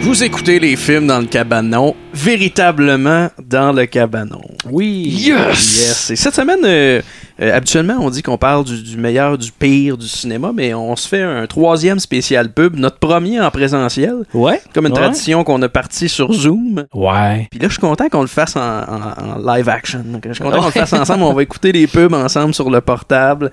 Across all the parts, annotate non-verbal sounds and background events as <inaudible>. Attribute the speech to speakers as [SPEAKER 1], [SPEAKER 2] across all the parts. [SPEAKER 1] Vous écoutez les films dans le cabanon, véritablement dans le cabanon.
[SPEAKER 2] Oui.
[SPEAKER 1] Yes! Et cette semaine, euh, euh, habituellement, on dit qu'on parle du, du meilleur, du pire du cinéma, mais on se fait un troisième spécial pub, notre premier en présentiel,
[SPEAKER 2] Ouais.
[SPEAKER 1] comme une
[SPEAKER 2] Ouais.
[SPEAKER 1] tradition qu'on a partie sur Zoom.
[SPEAKER 2] Ouais.
[SPEAKER 1] Puis là, je suis content qu'on le fasse en, en- en live action. Donc, Je suis content qu'on le
[SPEAKER 2] Ouais.
[SPEAKER 1] fasse ensemble. On va écouter les pubs ensemble sur le portable.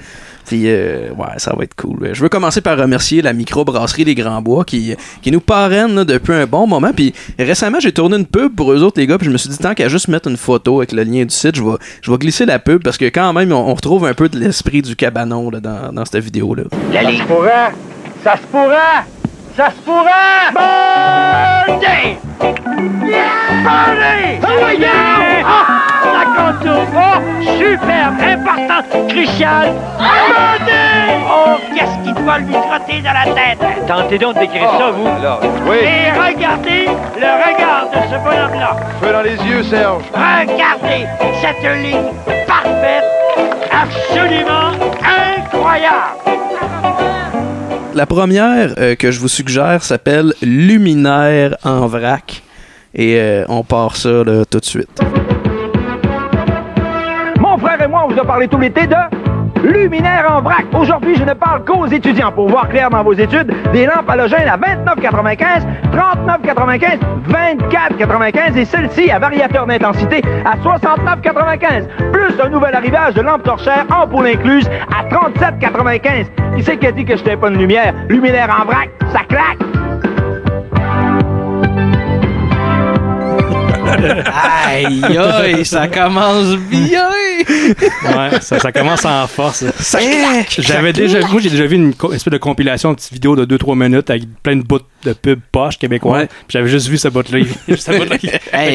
[SPEAKER 1] Puis, euh, ouais, ça va être cool. Je veux commencer par remercier la microbrasserie Les Grands Bois qui, qui nous parraine là, depuis un bon moment. Puis récemment, j'ai tourné une pub pour eux autres, les gars. Puis je me suis dit, tant qu'à juste mettre une photo avec le lien du site, je vais, je vais glisser la pub parce que quand même, on, on retrouve un peu de l'esprit du cabanon là, dans, dans cette vidéo-là.
[SPEAKER 3] La Ligue. Ça se pourra! Ça se pourra! Ça se pourra! Bonne day! Parlez! Ah! Ça contourne pas! Superbe! Important! Crucial! Demandez! Oh, qu'est-ce qui doit lui trotter dans la tête? Tentez donc d'écrire ça, vous!
[SPEAKER 4] Oui,
[SPEAKER 3] Et regardez le regard de ce bonhomme-là!
[SPEAKER 4] feu dans les yeux, Serge.
[SPEAKER 3] Regardez cette ligne parfaite! Absolument incroyable!
[SPEAKER 1] La première euh, que je vous suggère s'appelle Luminaire en vrac. Et euh, on part ça là, tout de suite.
[SPEAKER 5] Mon frère et moi, on vous a parlé tout l'été de luminaire en vrac. Aujourd'hui, je ne parle qu'aux étudiants. Pour voir clair dans vos études, des lampes halogènes à 29,95, 39,95, 24,95 et celle-ci à variateur d'intensité à 69,95. Plus un nouvel arrivage de lampes torchères en poule incluse à 37,95. Qui c'est qui a dit que je n'avais pas de lumière? Luminaire en vrac, ça claque!
[SPEAKER 2] Aïe, aïe, ça commence bien. ouais, ça, ça commence en force.
[SPEAKER 1] Ça
[SPEAKER 2] J'avais déjà, moi j'ai déjà vu une, co- espèce de compilation de petites vidéos de 2-3 minutes avec plein de bouts de pub poche québécois.
[SPEAKER 1] Ouais.
[SPEAKER 2] Puis J'avais juste vu ce <laughs> bout-là. ce bout-là qui,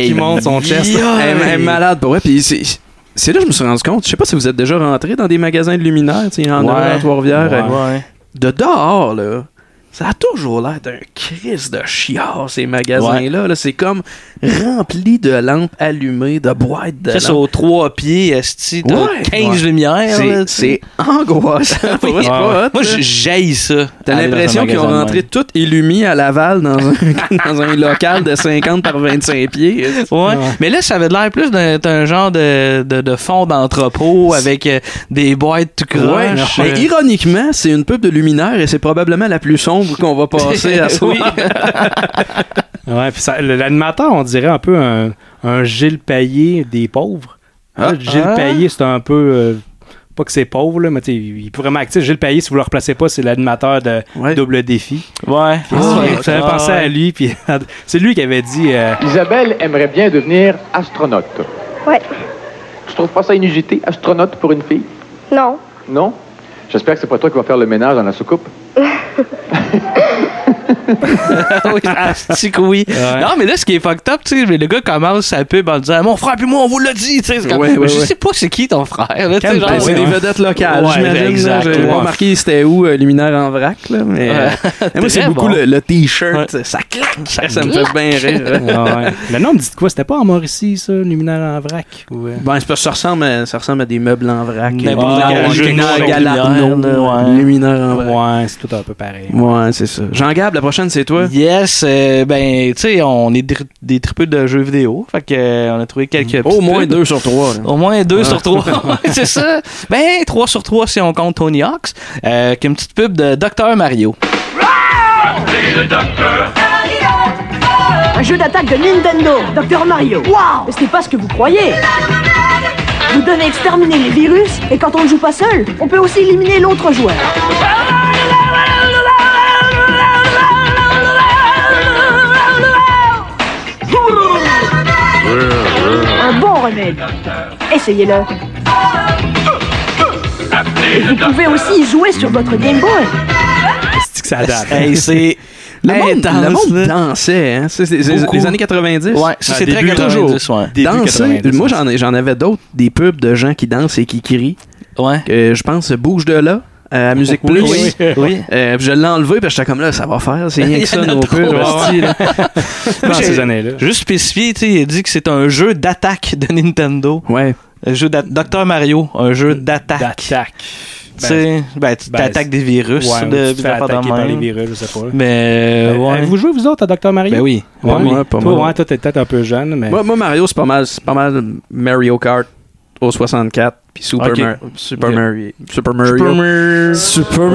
[SPEAKER 2] qui monte son chest.
[SPEAKER 1] Elle, elle est malade pour vrai. Puis c'est- c'est là que je me suis rendu compte. Je sais pas si vous êtes déjà rentré dans des magasins de luminaires, tu sais, en
[SPEAKER 2] Ouais.
[SPEAKER 1] Orléans, Trois-Rivières.
[SPEAKER 2] Ouais.
[SPEAKER 1] Euh, De dehors, là. Ça a toujours l'air d'un crise de chiard, ces magasins-là. là. C'est comme rempli de lampes allumées, de boîtes de
[SPEAKER 6] Ça, c'est
[SPEAKER 1] lampes.
[SPEAKER 6] aux trois pieds, esti, t'as
[SPEAKER 1] Ouais.
[SPEAKER 6] 15 lumières.
[SPEAKER 1] C'est-
[SPEAKER 6] là, tu sais. Ah
[SPEAKER 1] C'est angoissant. pour vrai, c'est pas hot, là.
[SPEAKER 6] Moi, je jaillis ça.
[SPEAKER 1] T'as
[SPEAKER 6] aller dans un
[SPEAKER 1] l'impression qu'ils ont
[SPEAKER 6] magasin de
[SPEAKER 1] rentré
[SPEAKER 6] même.
[SPEAKER 1] toute illumi à Laval dans un, <laughs> dans un local de 50 par 25 pieds.
[SPEAKER 6] Ouais. Mais là, ça avait l'air plus d'un d'un genre de, de, de fond d'entrepôt avec euh, des boîtes tout
[SPEAKER 1] Ouais,
[SPEAKER 6] croche.
[SPEAKER 1] mais ironiquement, c'est une pub de luminaire et c'est probablement la plus sombre qu'on va passer
[SPEAKER 6] <laughs>
[SPEAKER 1] à soi.
[SPEAKER 6] Oui.
[SPEAKER 2] Ouais, puis ça- le- l'animateur, on dirait un peu un, un Gilles Payet des pauvres. Hein,
[SPEAKER 1] Ah.
[SPEAKER 2] Gilles
[SPEAKER 6] Ah.
[SPEAKER 2] Payet, c'est un peu. euh, pas que c'est pauvre, là, mais tu sais, il est vraiment actif. Gilles Payet, si vous le replacez pas, c'est l'animateur de
[SPEAKER 1] Ouais.
[SPEAKER 2] Double Défi.
[SPEAKER 6] Ah, Ouais. Ah,
[SPEAKER 2] Puis, ça ça fait penser à lui, puis c'est lui qui avait dit. euh,
[SPEAKER 4] Isabelle aimerait bien devenir astronaute.
[SPEAKER 7] Ouais.
[SPEAKER 4] Tu trouves pas ça inusité, astronaute pour une fille?
[SPEAKER 7] Non.
[SPEAKER 4] Non? J'espère que c'est pas toi qui vas faire le ménage dans la soucoupe.
[SPEAKER 6] Ah, oui, asti que oui.
[SPEAKER 2] Ouais.
[SPEAKER 6] Non, mais là, ce qui est fucked up, tu sais, mais le gars commence sa pub en disant Mon frère, puis moi, on vous l'a dit. tu sais, c'est comme,
[SPEAKER 1] Ouais, ouais,
[SPEAKER 6] je
[SPEAKER 1] ouais.
[SPEAKER 6] sais pas c'est qui ton frère. Là, tu sais,
[SPEAKER 2] Quel
[SPEAKER 6] genre,
[SPEAKER 2] Ah,
[SPEAKER 1] Ben,
[SPEAKER 2] ouais,
[SPEAKER 1] c'est
[SPEAKER 6] c'est-
[SPEAKER 1] des
[SPEAKER 2] ouais.
[SPEAKER 1] vedettes locales,
[SPEAKER 6] Ouais, ben,
[SPEAKER 1] j'imagine. là.
[SPEAKER 6] exact,
[SPEAKER 1] J'ai
[SPEAKER 6] ouais.
[SPEAKER 1] pas remarqué c'était où, euh, Luminaire en vrac. Là, mais,
[SPEAKER 6] <laughs>
[SPEAKER 1] euh, moi, c'est
[SPEAKER 6] Très
[SPEAKER 1] beaucoup
[SPEAKER 6] bon.
[SPEAKER 1] le, le T-shirt. Ça claque. Ça, me fait bien rire. hein.
[SPEAKER 2] <laughs> ah ouais. Le nom me dit de quoi? C'était pas en Mauricie, ça, Luminaire en vrac? Ou, euh,
[SPEAKER 1] Ben, c'est parce que ça ressemble, à, ça ressemble à des meubles en vrac.
[SPEAKER 6] N'importe
[SPEAKER 1] Euh,
[SPEAKER 2] quel
[SPEAKER 1] Jean
[SPEAKER 2] jeu de mots avec
[SPEAKER 1] Galarno,
[SPEAKER 6] luminaire, là, ouais.
[SPEAKER 1] Luminaire en vrac.
[SPEAKER 2] Ah, Ouais, c'est tout un peu pareil.
[SPEAKER 1] Ouais, c'est ça. Jean-Gab, la prochaine, c'est toi.
[SPEAKER 6] Yes, euh, ben, tu sais, on est dr- des tripeux de jeux vidéo. Fait que, euh, on a trouvé quelques.
[SPEAKER 1] Au
[SPEAKER 6] petites
[SPEAKER 1] moins
[SPEAKER 6] pubs.
[SPEAKER 1] deux Ah. sur trois. là.
[SPEAKER 6] Au moins deux sur
[SPEAKER 1] <laughs>
[SPEAKER 6] trois. Ouais, c'est ça. Ben, trois sur trois si on compte Tony Hawks. Euh, qui est une petite pub de Dr. Mario.
[SPEAKER 8] Un jeu d'attaque de Nintendo, Dr Mario. Waouh Mais c'est pas ce que vous croyez Vous devez exterminer les virus, et quand on ne joue pas seul, on peut aussi éliminer l'autre joueur. Un bon remède. Essayez-le. Et vous pouvez aussi y jouer sur votre Game Boy.
[SPEAKER 2] C'est que ça date.
[SPEAKER 6] Hey, c'est.
[SPEAKER 1] <laughs> Le monde,
[SPEAKER 6] intense,
[SPEAKER 1] le monde
[SPEAKER 6] là.
[SPEAKER 1] dansait. Hein? C'est- c'est- c'est-
[SPEAKER 6] Beaucoup.
[SPEAKER 1] les années 90.
[SPEAKER 6] Ouais, ça,
[SPEAKER 2] Ah,
[SPEAKER 6] c'est très
[SPEAKER 2] début
[SPEAKER 6] 90, ouais.
[SPEAKER 2] Début
[SPEAKER 1] Danser.
[SPEAKER 2] 90.
[SPEAKER 1] Moi, j'en ai- j'en avais d'autres, des pubs de gens qui dansent et qui crient.
[SPEAKER 6] Ouais.
[SPEAKER 1] Euh, je pense Bouge de là euh, à Musique Plus.
[SPEAKER 6] oui.
[SPEAKER 1] Euh, puis je l'ai enlevé parce que j'étais comme là, ça va faire, c'est rien que ça
[SPEAKER 6] Il y en a
[SPEAKER 1] nos
[SPEAKER 6] trop,
[SPEAKER 1] pubs.
[SPEAKER 6] ouais.
[SPEAKER 1] hostie,
[SPEAKER 6] <laughs>
[SPEAKER 1] là.
[SPEAKER 2] dans
[SPEAKER 6] j'ai-
[SPEAKER 2] ces années-là.
[SPEAKER 6] Juste spécifié, tu sais, il dit que c'est un jeu d'attaque de Nintendo.
[SPEAKER 1] Ouais.
[SPEAKER 6] Un jeu d'attaque. Dr. Mario, un jeu d'attaque.
[SPEAKER 2] D'attaque.
[SPEAKER 6] tu sais, ben, tu
[SPEAKER 2] ben,
[SPEAKER 6] t'attaques des virus,
[SPEAKER 2] Ouais, tu
[SPEAKER 6] de,
[SPEAKER 2] te
[SPEAKER 6] des
[SPEAKER 2] fais
[SPEAKER 6] affaires de
[SPEAKER 2] attaquer par les
[SPEAKER 6] même.
[SPEAKER 2] virus, je sais pas.
[SPEAKER 6] Mais,
[SPEAKER 1] Ben,
[SPEAKER 2] Euh,
[SPEAKER 6] ouais.
[SPEAKER 2] Vous jouez, vous autres, à Dr. Mario?
[SPEAKER 6] Ben oui.
[SPEAKER 2] Ouais,
[SPEAKER 6] Ben oui.
[SPEAKER 2] ouais,
[SPEAKER 1] pas
[SPEAKER 2] toi,
[SPEAKER 1] mal.
[SPEAKER 2] ouais, toi, t'es peut-être un peu jeune, mais.
[SPEAKER 1] Moi, moi, Mario, c'est pas mal, c'est pas mal Mario Kart au 64 puis Super,
[SPEAKER 6] Ok.
[SPEAKER 1] Mar- Super
[SPEAKER 6] Ok.
[SPEAKER 1] Mario. Super Mario.
[SPEAKER 6] Super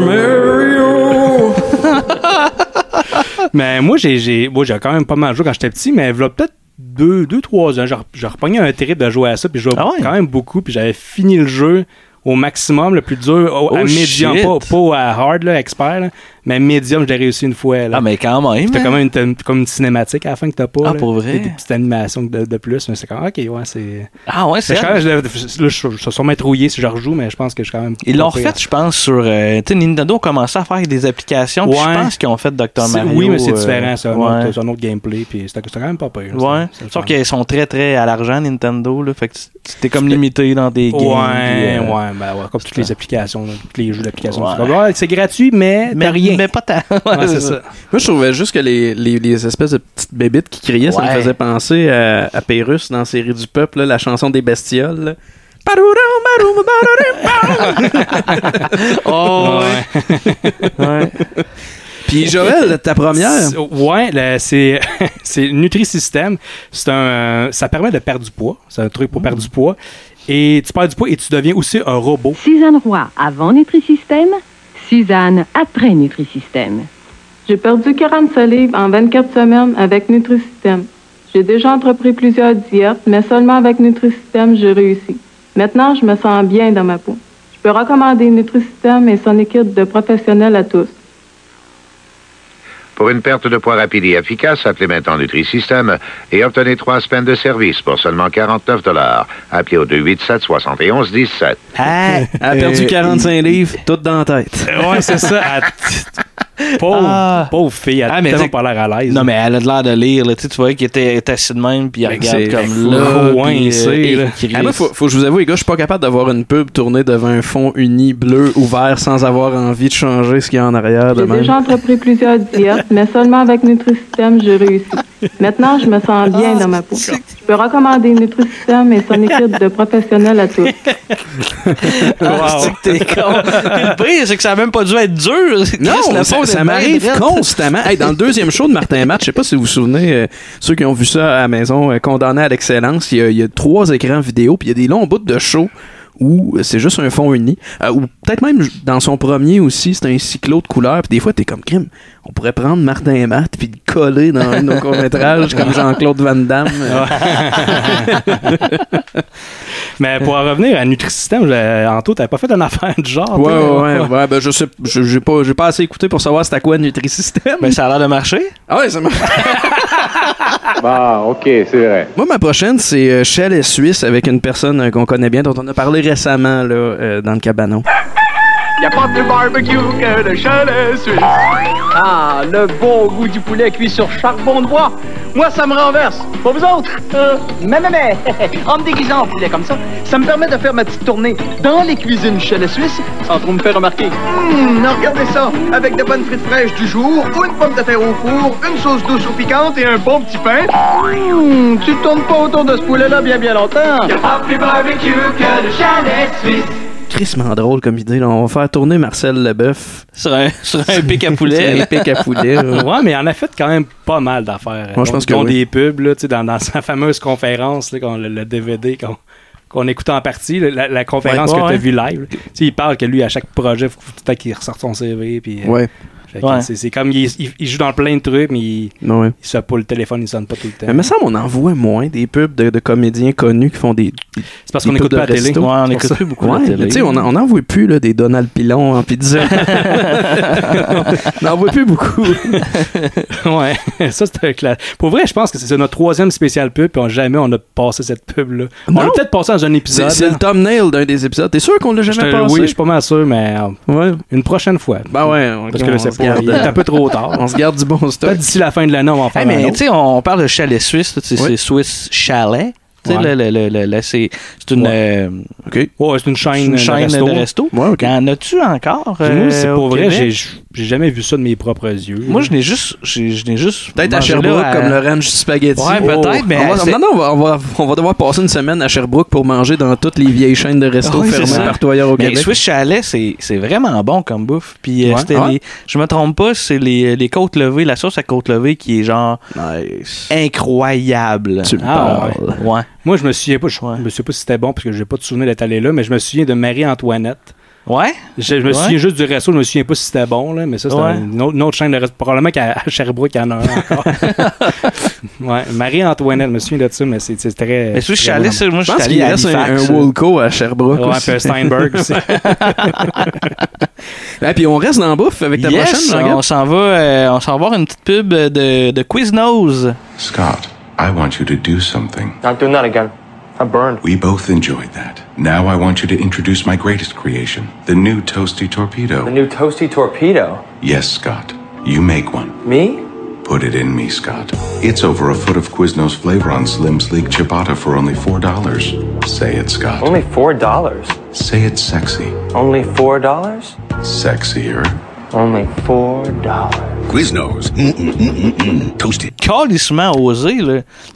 [SPEAKER 2] <laughs> Mais moi, j'ai, j'ai, moi, j'ai quand même pas mal joué quand j'étais petit, mais il peut-être deux, deux, trois ans. J'ai re- J'ai repogné un trip de jouer à ça, puis je jouais
[SPEAKER 6] Ah ouais?
[SPEAKER 2] quand même beaucoup, puis j'avais fini le jeu au maximum, le plus dur, au- à
[SPEAKER 6] Oh,
[SPEAKER 2] médium,
[SPEAKER 6] shit!
[SPEAKER 2] pas, pas à hard, là, expert, là, mais médium, je l'ai réussi une fois. Là.
[SPEAKER 6] Ah, mais quand même.
[SPEAKER 2] T'as
[SPEAKER 6] hein.
[SPEAKER 2] quand même une, t'as comme une cinématique à la fin que t'as pas.
[SPEAKER 6] Ah,
[SPEAKER 2] là.
[SPEAKER 6] pour vrai?
[SPEAKER 2] Des, des petites animations de, de plus, mais c'est quand ok, ouais, c'est.
[SPEAKER 6] Ah, ouais,
[SPEAKER 2] c'est
[SPEAKER 6] c'est
[SPEAKER 2] quand même- là, je- là, je suis sûrement trouillé si je rejoue, mais je pense que je suis quand même.
[SPEAKER 6] Ils l'ont
[SPEAKER 2] pas pire.
[SPEAKER 6] refait, je pense, sur. euh, tu sais, Nintendo a commencé à faire des applications. puis
[SPEAKER 2] Ouais.
[SPEAKER 6] Je pense qu'ils ont fait Dr.
[SPEAKER 2] C'est-
[SPEAKER 6] Mario.
[SPEAKER 2] Oui, mais c'est
[SPEAKER 6] euh,
[SPEAKER 2] différent, ça.
[SPEAKER 6] ouais.
[SPEAKER 2] C'est un autre gameplay, puis c'était c'était quand même pas pire.
[SPEAKER 6] Ouais.
[SPEAKER 2] c'est- c'est
[SPEAKER 6] Sauf
[SPEAKER 2] le fun.
[SPEAKER 6] qu'ils sont très, très à l'argent, Nintendo. Là, fait que tu- t'es comme limité dans des games.
[SPEAKER 2] Ouais,
[SPEAKER 6] puis, euh,
[SPEAKER 2] ouais, ben ouais, comme toutes les applications, là, tous les jeux d'applications.
[SPEAKER 6] Ouais.
[SPEAKER 2] C'est comme, Ouais, c'est gratuit, mais,
[SPEAKER 6] Mais
[SPEAKER 2] t'as rien.
[SPEAKER 6] Mais pas tant.
[SPEAKER 2] Ouais, c'est ça.
[SPEAKER 1] Moi, je trouvais juste que les, les, les espèces de petites bébites qui criaient, ça me
[SPEAKER 6] Ouais.
[SPEAKER 1] faisait penser à, à Pérus dans Série du Peuple, là, la chanson des bestioles. là. Parouram, parouram, parouram, parouram.
[SPEAKER 6] Oh, ouais.
[SPEAKER 2] Ouais,
[SPEAKER 6] ouais.
[SPEAKER 1] Puis Joël, ta première.
[SPEAKER 2] C'est- ouais là, c'est <laughs> c'est Nutri-System. C'est un, ça permet de perdre du poids. C'est un truc pour perdre du poids. Et tu perds du poids et tu deviens aussi un robot.
[SPEAKER 7] Suzanne Roy avant Nutrisystème, Suzanne après Nutrisystème.
[SPEAKER 9] J'ai perdu 45 livres en 24 semaines avec Nutrisystem. J'ai déjà entrepris plusieurs diètes, mais seulement avec Nutrisystem, j'ai réussi. Maintenant, je me sens bien dans ma peau. Je peux recommander Nutrisystem et son équipe de professionnels à tous.
[SPEAKER 10] Pour une perte de poids rapide et efficace, appelez maintenant Nutri-Système et obtenez trois semaines de service pour seulement 49 dollars. Appelez au 287 71 17.
[SPEAKER 6] Ah, euh,
[SPEAKER 1] Elle a perdu 45 livres, tout dans la tête.
[SPEAKER 2] Ouais, c'est ça. Elle- <laughs> pauvre,
[SPEAKER 6] Ah.
[SPEAKER 2] pauvre fille, elle
[SPEAKER 6] Ah,
[SPEAKER 2] a
[SPEAKER 6] mais
[SPEAKER 2] tellement
[SPEAKER 6] t'sais-
[SPEAKER 2] pas l'air à l'aise.
[SPEAKER 6] Non, mais elle a de l'air de lire. Là. Tu sais, tu voyais qu'il était, était assis de même, puis il
[SPEAKER 1] Ben,
[SPEAKER 6] regarde
[SPEAKER 1] c'est-
[SPEAKER 6] comme
[SPEAKER 1] ben,
[SPEAKER 6] là. <laughs>
[SPEAKER 2] loin,
[SPEAKER 6] puis,
[SPEAKER 2] il sait, là.
[SPEAKER 6] il crie.
[SPEAKER 1] Ah, moi, faut, faut que je vous avoue, les gars, je suis pas capable d'avoir une pub tournée devant un fond uni, bleu, ouvert, sans avoir envie de changer ce qu'il y a en arrière. De
[SPEAKER 9] J'ai
[SPEAKER 1] même.
[SPEAKER 9] déjà entrepris plusieurs diètes, mais seulement avec Nutrisystem, j'ai réussi. Maintenant, je me sens bien dans ma peau. Je peux recommander Nutrisystem et son équipe de professionnels à tous.
[SPEAKER 6] Ah, c'est que t'es con. le pire, c'est que ça a même pas dû être dur. Chris,
[SPEAKER 1] Non,
[SPEAKER 6] le
[SPEAKER 1] ça,
[SPEAKER 6] fond
[SPEAKER 1] ça
[SPEAKER 6] est
[SPEAKER 1] m'arrive
[SPEAKER 6] bien raide.
[SPEAKER 1] constamment. Hey, dans le deuxième show de Martin Matt, je sais pas si vous vous souvenez, euh, ceux qui ont vu ça à la maison, euh, Condamné à l'excellence, il y, a- il y a trois écrans vidéo, puis il y a des longs bouts de show où euh, c'est juste un fond uni. Euh, ou peut-être même j- dans son premier aussi, c'est un cyclo de couleurs, puis des fois, t'es comme crime. On pourrait prendre Martin Matt puis le coller dans un de nos courts-métrages comme Jean-Claude Van Damme. Euh,
[SPEAKER 2] Mais pour en revenir à Nutrisystem, je- Anto, t'avais pas fait un affaire du genre.
[SPEAKER 1] Ouais,
[SPEAKER 2] toi, là?
[SPEAKER 1] ouais, ouais, ouais, ben je sais, je- j'ai pas, j'ai pas assez écouté pour savoir c'était quoi Nutrisystem.
[SPEAKER 6] Ben, ça a l'air de marcher.
[SPEAKER 1] Ah
[SPEAKER 4] <laughs>
[SPEAKER 1] ouais, ça m'a-
[SPEAKER 4] Bon, Bah, OK, c'est vrai.
[SPEAKER 1] Moi, ma prochaine, c'est euh, Shell et Suisse avec une personne euh, qu'on connaît bien, dont on a parlé récemment là, euh, dans le cabanon.
[SPEAKER 3] Y a pas de barbecue que le chalet suisse. Ah, le bon goût du poulet cuit sur charbon de bois. Moi, ça me renverse. Pas vous autres? Euh, mais, mais, <laughs> mais, en me déguisant en poulet comme ça, ça me permet de faire ma petite tournée dans les cuisines chalet suisse sans trop me faire remarquer. Hum, regardez ça. Avec de bonnes frites fraîches du jour, une pomme de terre au four, une sauce douce ou piquante et un bon petit pain. Hum, tu tournes pas autour de ce poulet-là bien, bien longtemps. Y a pas plus barbecue que le chalet suisse.
[SPEAKER 1] Crissement drôle comme idée. là. On va faire tourner Marcel Leboeuf.
[SPEAKER 6] Sur un, <laughs> sur un pic à
[SPEAKER 1] C'est
[SPEAKER 6] poulet.
[SPEAKER 1] un pic à poulet. là.
[SPEAKER 2] <laughs> Ouais, mais il en a fait quand même pas mal d'affaires.
[SPEAKER 1] Moi, je pense que
[SPEAKER 2] Dont
[SPEAKER 1] oui.
[SPEAKER 2] des pubs, là, tu sais, dans, dans sa fameuse conférence, là, qu'on- le, le DVD qu'on qu'on écoute en partie, là, la, la conférence
[SPEAKER 6] Ouais,
[SPEAKER 2] que
[SPEAKER 6] ouais.
[SPEAKER 2] tu as vue live. là. Tu sais, il parle que lui, à chaque projet, il faut tout le temps qu'il ressorte son CV. Puis, euh,
[SPEAKER 1] Ouais,
[SPEAKER 2] fait que
[SPEAKER 6] Ouais.
[SPEAKER 2] c'est- C'est comme, il, il- il joue dans plein de trucs, mais il,
[SPEAKER 1] non, bah ouais.
[SPEAKER 2] il se pas le téléphone, il sonne pas tout le temps.
[SPEAKER 1] Mais il me semble qu'on en voit moins des pubs de, de comédiens connus qui font des.
[SPEAKER 2] C'est parce qu'on
[SPEAKER 1] des
[SPEAKER 2] n'écoute
[SPEAKER 1] pubs
[SPEAKER 2] pas la
[SPEAKER 1] de
[SPEAKER 2] télé.
[SPEAKER 1] resto.
[SPEAKER 6] Ouais, on
[SPEAKER 2] C'est pour
[SPEAKER 6] n'écoute
[SPEAKER 2] ça.
[SPEAKER 6] plus beaucoup la
[SPEAKER 1] Ouais,
[SPEAKER 6] télé.
[SPEAKER 1] tu sais, on en- on n'en voit plus là, des Donald Pilon en
[SPEAKER 2] <laughs>
[SPEAKER 1] pizza. on n'en voit plus beaucoup.
[SPEAKER 2] <laughs> Ouais, ça c'est un cla- Pour vrai, je pense que c'est notre troisième spécial pub, puis on- jamais on a passé cette pub-là. On
[SPEAKER 1] Non.
[SPEAKER 2] l'a peut-être passé dans un
[SPEAKER 1] C'est
[SPEAKER 2] épisode.
[SPEAKER 1] c'est
[SPEAKER 2] là.
[SPEAKER 1] le thumbnail d'un des épisodes. T'es sûr qu'on l'a
[SPEAKER 2] Je
[SPEAKER 1] jamais
[SPEAKER 2] te-
[SPEAKER 1] passé?
[SPEAKER 2] Oui, je suis pas mal sûr, mais euh,
[SPEAKER 1] Ouais.
[SPEAKER 2] une prochaine fois.
[SPEAKER 1] Ben ouais, on,
[SPEAKER 2] Parce que là,
[SPEAKER 1] on
[SPEAKER 2] c'est
[SPEAKER 1] se
[SPEAKER 2] pas-
[SPEAKER 1] garde-
[SPEAKER 2] il est un peu trop tard.
[SPEAKER 1] on se garde du bon stock.
[SPEAKER 2] Peut-être d'ici la fin de l'année, on va en faire
[SPEAKER 6] <laughs> Hey,
[SPEAKER 2] un
[SPEAKER 6] mais tu
[SPEAKER 2] autre.
[SPEAKER 6] sais, on parle de chalet suisse, là, tu sais,
[SPEAKER 1] Oui.
[SPEAKER 6] c'est Swiss Chalet. Tu sais,
[SPEAKER 2] Ouais.
[SPEAKER 6] le- le- le- le- le- c'est c'est une, euh,
[SPEAKER 1] OK.
[SPEAKER 2] Ouais, c'est une
[SPEAKER 6] c'est
[SPEAKER 2] chaîne,
[SPEAKER 6] une chaîne
[SPEAKER 2] de resto.
[SPEAKER 6] de resto.
[SPEAKER 1] Ouais, ok.
[SPEAKER 6] Y en as-tu encore?
[SPEAKER 2] Nous, c'est
[SPEAKER 6] euh,
[SPEAKER 2] pour
[SPEAKER 6] au
[SPEAKER 2] vrai,
[SPEAKER 6] Québec?
[SPEAKER 2] j'ai- je J'ai jamais vu ça de mes propres yeux.
[SPEAKER 6] Moi, je n'ai juste. j'ai- Je n'ai juste.
[SPEAKER 1] Peut-être à
[SPEAKER 6] mangé là,
[SPEAKER 1] Sherbrooke,
[SPEAKER 6] à-
[SPEAKER 1] comme le ranch spaghetti. Oh,
[SPEAKER 6] Ouais, peut-être, mais
[SPEAKER 1] On va,
[SPEAKER 6] c'est-
[SPEAKER 1] non, non, on va, on va- on va devoir passer une semaine à Sherbrooke pour manger dans toutes les vieilles chaînes de restos
[SPEAKER 6] Ouais, c'est
[SPEAKER 1] fermées
[SPEAKER 6] ça.
[SPEAKER 1] partout ailleurs au
[SPEAKER 6] Mais
[SPEAKER 1] Québec.
[SPEAKER 6] Swiss Chalet, c'est c'est vraiment bon comme bouffe. Puis euh,
[SPEAKER 1] Ouais.
[SPEAKER 6] c'était
[SPEAKER 1] Ouais.
[SPEAKER 6] les- je me trompe pas, c'est les, euh, les côtes levées, la sauce à côtes levées qui est genre incroyable.
[SPEAKER 1] Tu me
[SPEAKER 2] Ah,
[SPEAKER 1] parles.
[SPEAKER 6] Eh, ouais. Ouais.
[SPEAKER 2] Moi, je me souviens pas, je, je me souviens pas si c'était bon parce que j'ai pas de souvenir d'être allé là, mais je me souviens de Marie-Antoinette.
[SPEAKER 1] Euh,
[SPEAKER 6] Ouais?
[SPEAKER 2] Je, je me
[SPEAKER 6] Ouais.
[SPEAKER 2] souviens juste du resto, je me souviens pas si c'était bon, là, mais ça, c'était
[SPEAKER 6] Ouais.
[SPEAKER 2] une, autre, une autre chaîne de resto. Probablement qu'à à Sherbrooke, il y en a un encore. ouais, Marie-Antoinette, je me souviens de ça, mais c'est c'est très.
[SPEAKER 6] Mais Swiss
[SPEAKER 2] très bon.
[SPEAKER 6] Chalet, c'est- moi,
[SPEAKER 1] Je
[SPEAKER 6] je suis
[SPEAKER 1] pense
[SPEAKER 6] allé
[SPEAKER 1] qu'il
[SPEAKER 6] à
[SPEAKER 1] reste un,
[SPEAKER 6] Halifax.
[SPEAKER 1] un Woolco à Sherbrooke.
[SPEAKER 2] Ouais,
[SPEAKER 1] aussi.
[SPEAKER 2] puis un Steinberg aussi.
[SPEAKER 1] Et Eh, puis on reste dans la bouffe avec ta
[SPEAKER 6] Yes,
[SPEAKER 1] prochaine, Jean-Gab.
[SPEAKER 6] on s'en va, euh, on s'en va voir une petite pub euh, de, de Quiznos.
[SPEAKER 11] Scott, I want you to do something.
[SPEAKER 12] Not doing that again. I burned.
[SPEAKER 11] We both enjoyed that. Now I want you to introduce my greatest creation, the new toasty
[SPEAKER 12] The
[SPEAKER 11] torpedo.
[SPEAKER 12] new toasty torpedo.
[SPEAKER 11] Yes, Scott, you make one.
[SPEAKER 12] Me?
[SPEAKER 11] Put it in me, Scott. It's over a foot of Quiznos flavor on Slim Sleek Ciabatta for only $4. Say it, Scott.
[SPEAKER 12] Only four dollars.
[SPEAKER 11] Say it sexy.
[SPEAKER 12] Only four dollars?
[SPEAKER 11] Sexier.
[SPEAKER 12] Only four dollars.
[SPEAKER 11] Quiznos. Mm, Toasted.
[SPEAKER 6] Calissement osé, là. Tu sais,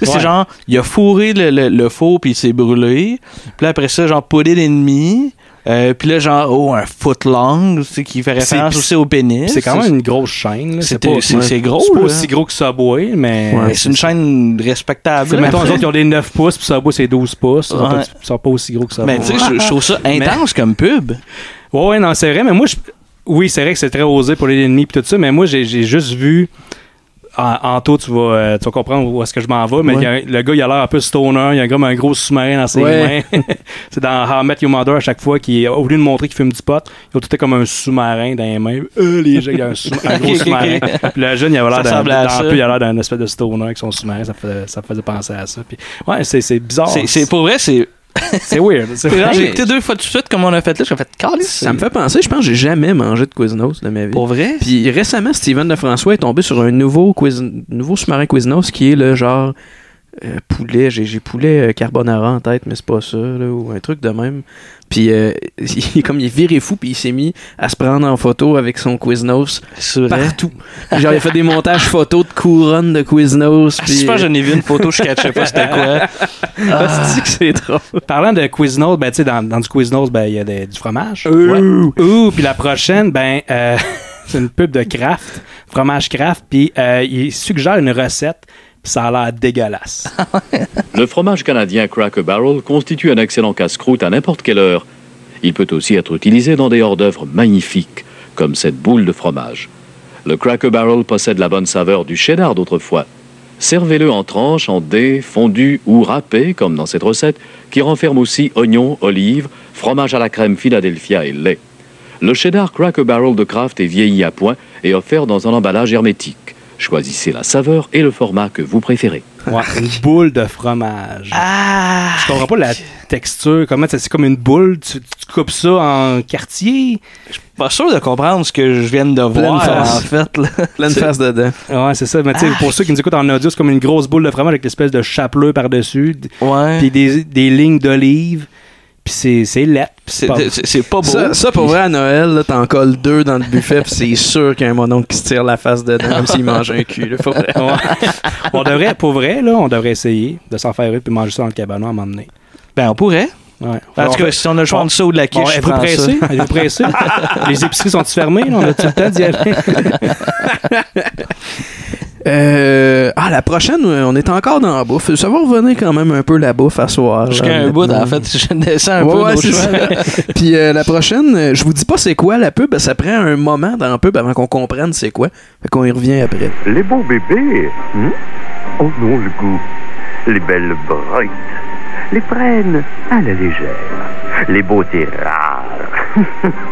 [SPEAKER 2] Ouais.
[SPEAKER 6] c'est genre, il a fourré le, le, le faux, puis il s'est brûlé. Puis là, après ça, genre, put it in me. Euh, puis là, genre, oh, un foot long, tu sais, qui fait
[SPEAKER 2] C'est-
[SPEAKER 6] référence
[SPEAKER 2] puis-
[SPEAKER 6] aussi au pénis.
[SPEAKER 2] C'est quand même une grosse chaîne. là.
[SPEAKER 6] C'était-
[SPEAKER 2] pas-
[SPEAKER 6] c'est- c'est gros,
[SPEAKER 2] C'est pas
[SPEAKER 6] là.
[SPEAKER 2] aussi gros que Subway, mais.
[SPEAKER 6] Mais c'est une chaîne respectable.
[SPEAKER 2] Tu sais,
[SPEAKER 6] là.
[SPEAKER 2] mettons, eux autres, ils ont des 9 pouces, puis Subway, c'est 12 pouces. Ils sont pas-
[SPEAKER 6] Ouais.
[SPEAKER 2] Ils sont pas aussi gros que Subway.
[SPEAKER 6] Mais tu sais, je- je trouve ça intense comme pub.
[SPEAKER 2] Ouais, ouais, non, c'est vrai, mais moi, je... oui, c'est vrai que c'est très osé pour les ennemis et tout ça, mais moi, j'ai j'ai juste vu. En, en tout, tu vas, euh, tu vas comprendre où est-ce que je m'en vais, mais
[SPEAKER 1] Ouais.
[SPEAKER 2] il y a un- le gars, il a l'air un peu stoner, il a comme un gros sous-marin dans ses
[SPEAKER 1] Ouais.
[SPEAKER 2] mains. <laughs> c'est dans How I Met Your Mother à chaque fois, qui, au lieu de montrer qu'il fume du pot, il a tout comme un sous-marin dans les mains. Euh, les gens, il y a un, sous- un
[SPEAKER 6] <laughs> Ok,
[SPEAKER 2] gros
[SPEAKER 6] ok,
[SPEAKER 2] sous-marin.
[SPEAKER 6] ok.
[SPEAKER 2] Puis le jeune, il avait
[SPEAKER 6] Ça
[SPEAKER 2] l'air d'un-
[SPEAKER 6] ressemble à
[SPEAKER 2] d'un
[SPEAKER 6] ça.
[SPEAKER 2] peu, il a l'air d'un espèce de stoner avec son sous-marin, ça faisait, ça faisait penser à ça. Puis, ouais, c'est Ah, c'est bizarre.
[SPEAKER 6] C'est- C'est pour vrai, c'est.
[SPEAKER 2] C'est weird. C'est
[SPEAKER 6] c'est genre,
[SPEAKER 2] weird.
[SPEAKER 6] J'ai écouté deux fois de suite comme on a fait là. J'ai fait calice.
[SPEAKER 1] Ça me fait penser, je pense que j'ai jamais mangé de Quiznos de ma vie.
[SPEAKER 6] Pour vrai?
[SPEAKER 1] Puis récemment, Steven de François est tombé sur un nouveau, quiz, nouveau sous-marin Quiznos qui est le genre euh, poulet. J'ai, j'ai poulet euh, carbonara en tête, mais c'est pas ça, là, ou un truc de même. Puis euh, <laughs> il, comme il est viré fou, puis il s'est mis à se prendre en photo avec son Quiznos
[SPEAKER 6] C'est vrai.
[SPEAKER 1] partout. Genre, il a fait des montages photos de couronne de Quiznos.
[SPEAKER 6] Ah,
[SPEAKER 1] puis- euh,
[SPEAKER 6] si, je pense que j'en ai vu une photo, je ne pas c'était quoi.
[SPEAKER 1] Hostie que c'est drôle.
[SPEAKER 2] Parlant de Quiznos, ben, tu sais, dans, dans du Quiznos, ben, il y a des- du fromage. Ouh! Ouh! Puis la prochaine, ben, euh, <laughs> c'est une pub de Kraft, fromage Kraft, puis euh, il suggère une recette, puis ça a l'air
[SPEAKER 6] <laughs>
[SPEAKER 2] dégueulasse.
[SPEAKER 13] Le fromage canadien Cracker Barrel constitue un excellent casse-croûte à n'importe quelle heure. Il peut aussi être utilisé dans des hors-d'œuvre magnifiques, comme cette boule de fromage. Le Cracker Barrel possède la bonne saveur du cheddar d'autrefois. Servez-le en tranches, en dés, fondus ou râpés, comme dans cette recette, qui renferme aussi oignons, olives, fromage à la crème Philadelphia et lait. Le cheddar Cracker Barrel de Kraft est vieilli à point et offert dans un emballage hermétique. Choisissez la saveur et le format que vous préférez.
[SPEAKER 2] Ouais, une boule de fromage.
[SPEAKER 6] Ah!
[SPEAKER 2] Je comprends pas la texture, comment ça, c'est comme une boule, tu, tu coupes ça en quartier.
[SPEAKER 6] Pas sûr de comprendre ce que je viens de voir,
[SPEAKER 1] face.
[SPEAKER 6] en fait. là.
[SPEAKER 1] Pleine face dedans.
[SPEAKER 2] Ouais, c'est ça, mais tu sais, pour ceux qui nous écoutent en audio, c'est comme une grosse boule de fromage avec l'espèce de chapeleux par-dessus, d-
[SPEAKER 6] Ouais.
[SPEAKER 2] puis des, des lignes d'olive, puis c'est- c'est laid. puis
[SPEAKER 6] C'est- C'est c'est pas beau.
[SPEAKER 1] Ça, ça, pour vrai, à Noël, là, t'en colles deux dans le buffet, pis c'est sûr qu'il y a un mononcle qui se tire la face dedans, comme s'il mangeait un cul. là, pour vrai.
[SPEAKER 2] Ouais. <laughs> on devrait, pour vrai, là, on devrait essayer de s'en faire une puis manger ça dans le cabanon à m'emmener.
[SPEAKER 6] Ben, on pourrait.
[SPEAKER 2] Ouais.
[SPEAKER 6] En tout cas, si on a le
[SPEAKER 2] Ben,
[SPEAKER 6] choix
[SPEAKER 2] Bon.
[SPEAKER 6] entre ça ou de la quiche,
[SPEAKER 2] Bon,
[SPEAKER 6] je
[SPEAKER 2] êtes-vous
[SPEAKER 6] prends ça.
[SPEAKER 2] <laughs> pressé? Êtes-vous
[SPEAKER 6] <laughs>
[SPEAKER 2] pressé? Les épiceries sont-ils fermées? là? On a tout le temps d'y aller?
[SPEAKER 1] Euh, ah, la prochaine, euh, on est encore dans la bouffe. Ça va revenir quand même un peu la bouffe à soir. là,
[SPEAKER 6] Jusqu'à un bout,
[SPEAKER 1] honnêtement.
[SPEAKER 6] en fait, je descends un
[SPEAKER 1] Ouais,
[SPEAKER 6] peu
[SPEAKER 1] ouais,
[SPEAKER 6] nos
[SPEAKER 1] c'est
[SPEAKER 6] choix,
[SPEAKER 1] ça.
[SPEAKER 6] là.
[SPEAKER 1] <laughs> Puis euh, la prochaine, euh, je vous dis pas c'est quoi la pub, ça prend un moment dans la pub avant qu'on comprenne c'est quoi. Fait qu'on y revient après.
[SPEAKER 14] Les beaux bébés, hein, en ont le goût. Les belles brutes les prennent à la légère. Les beautés rares.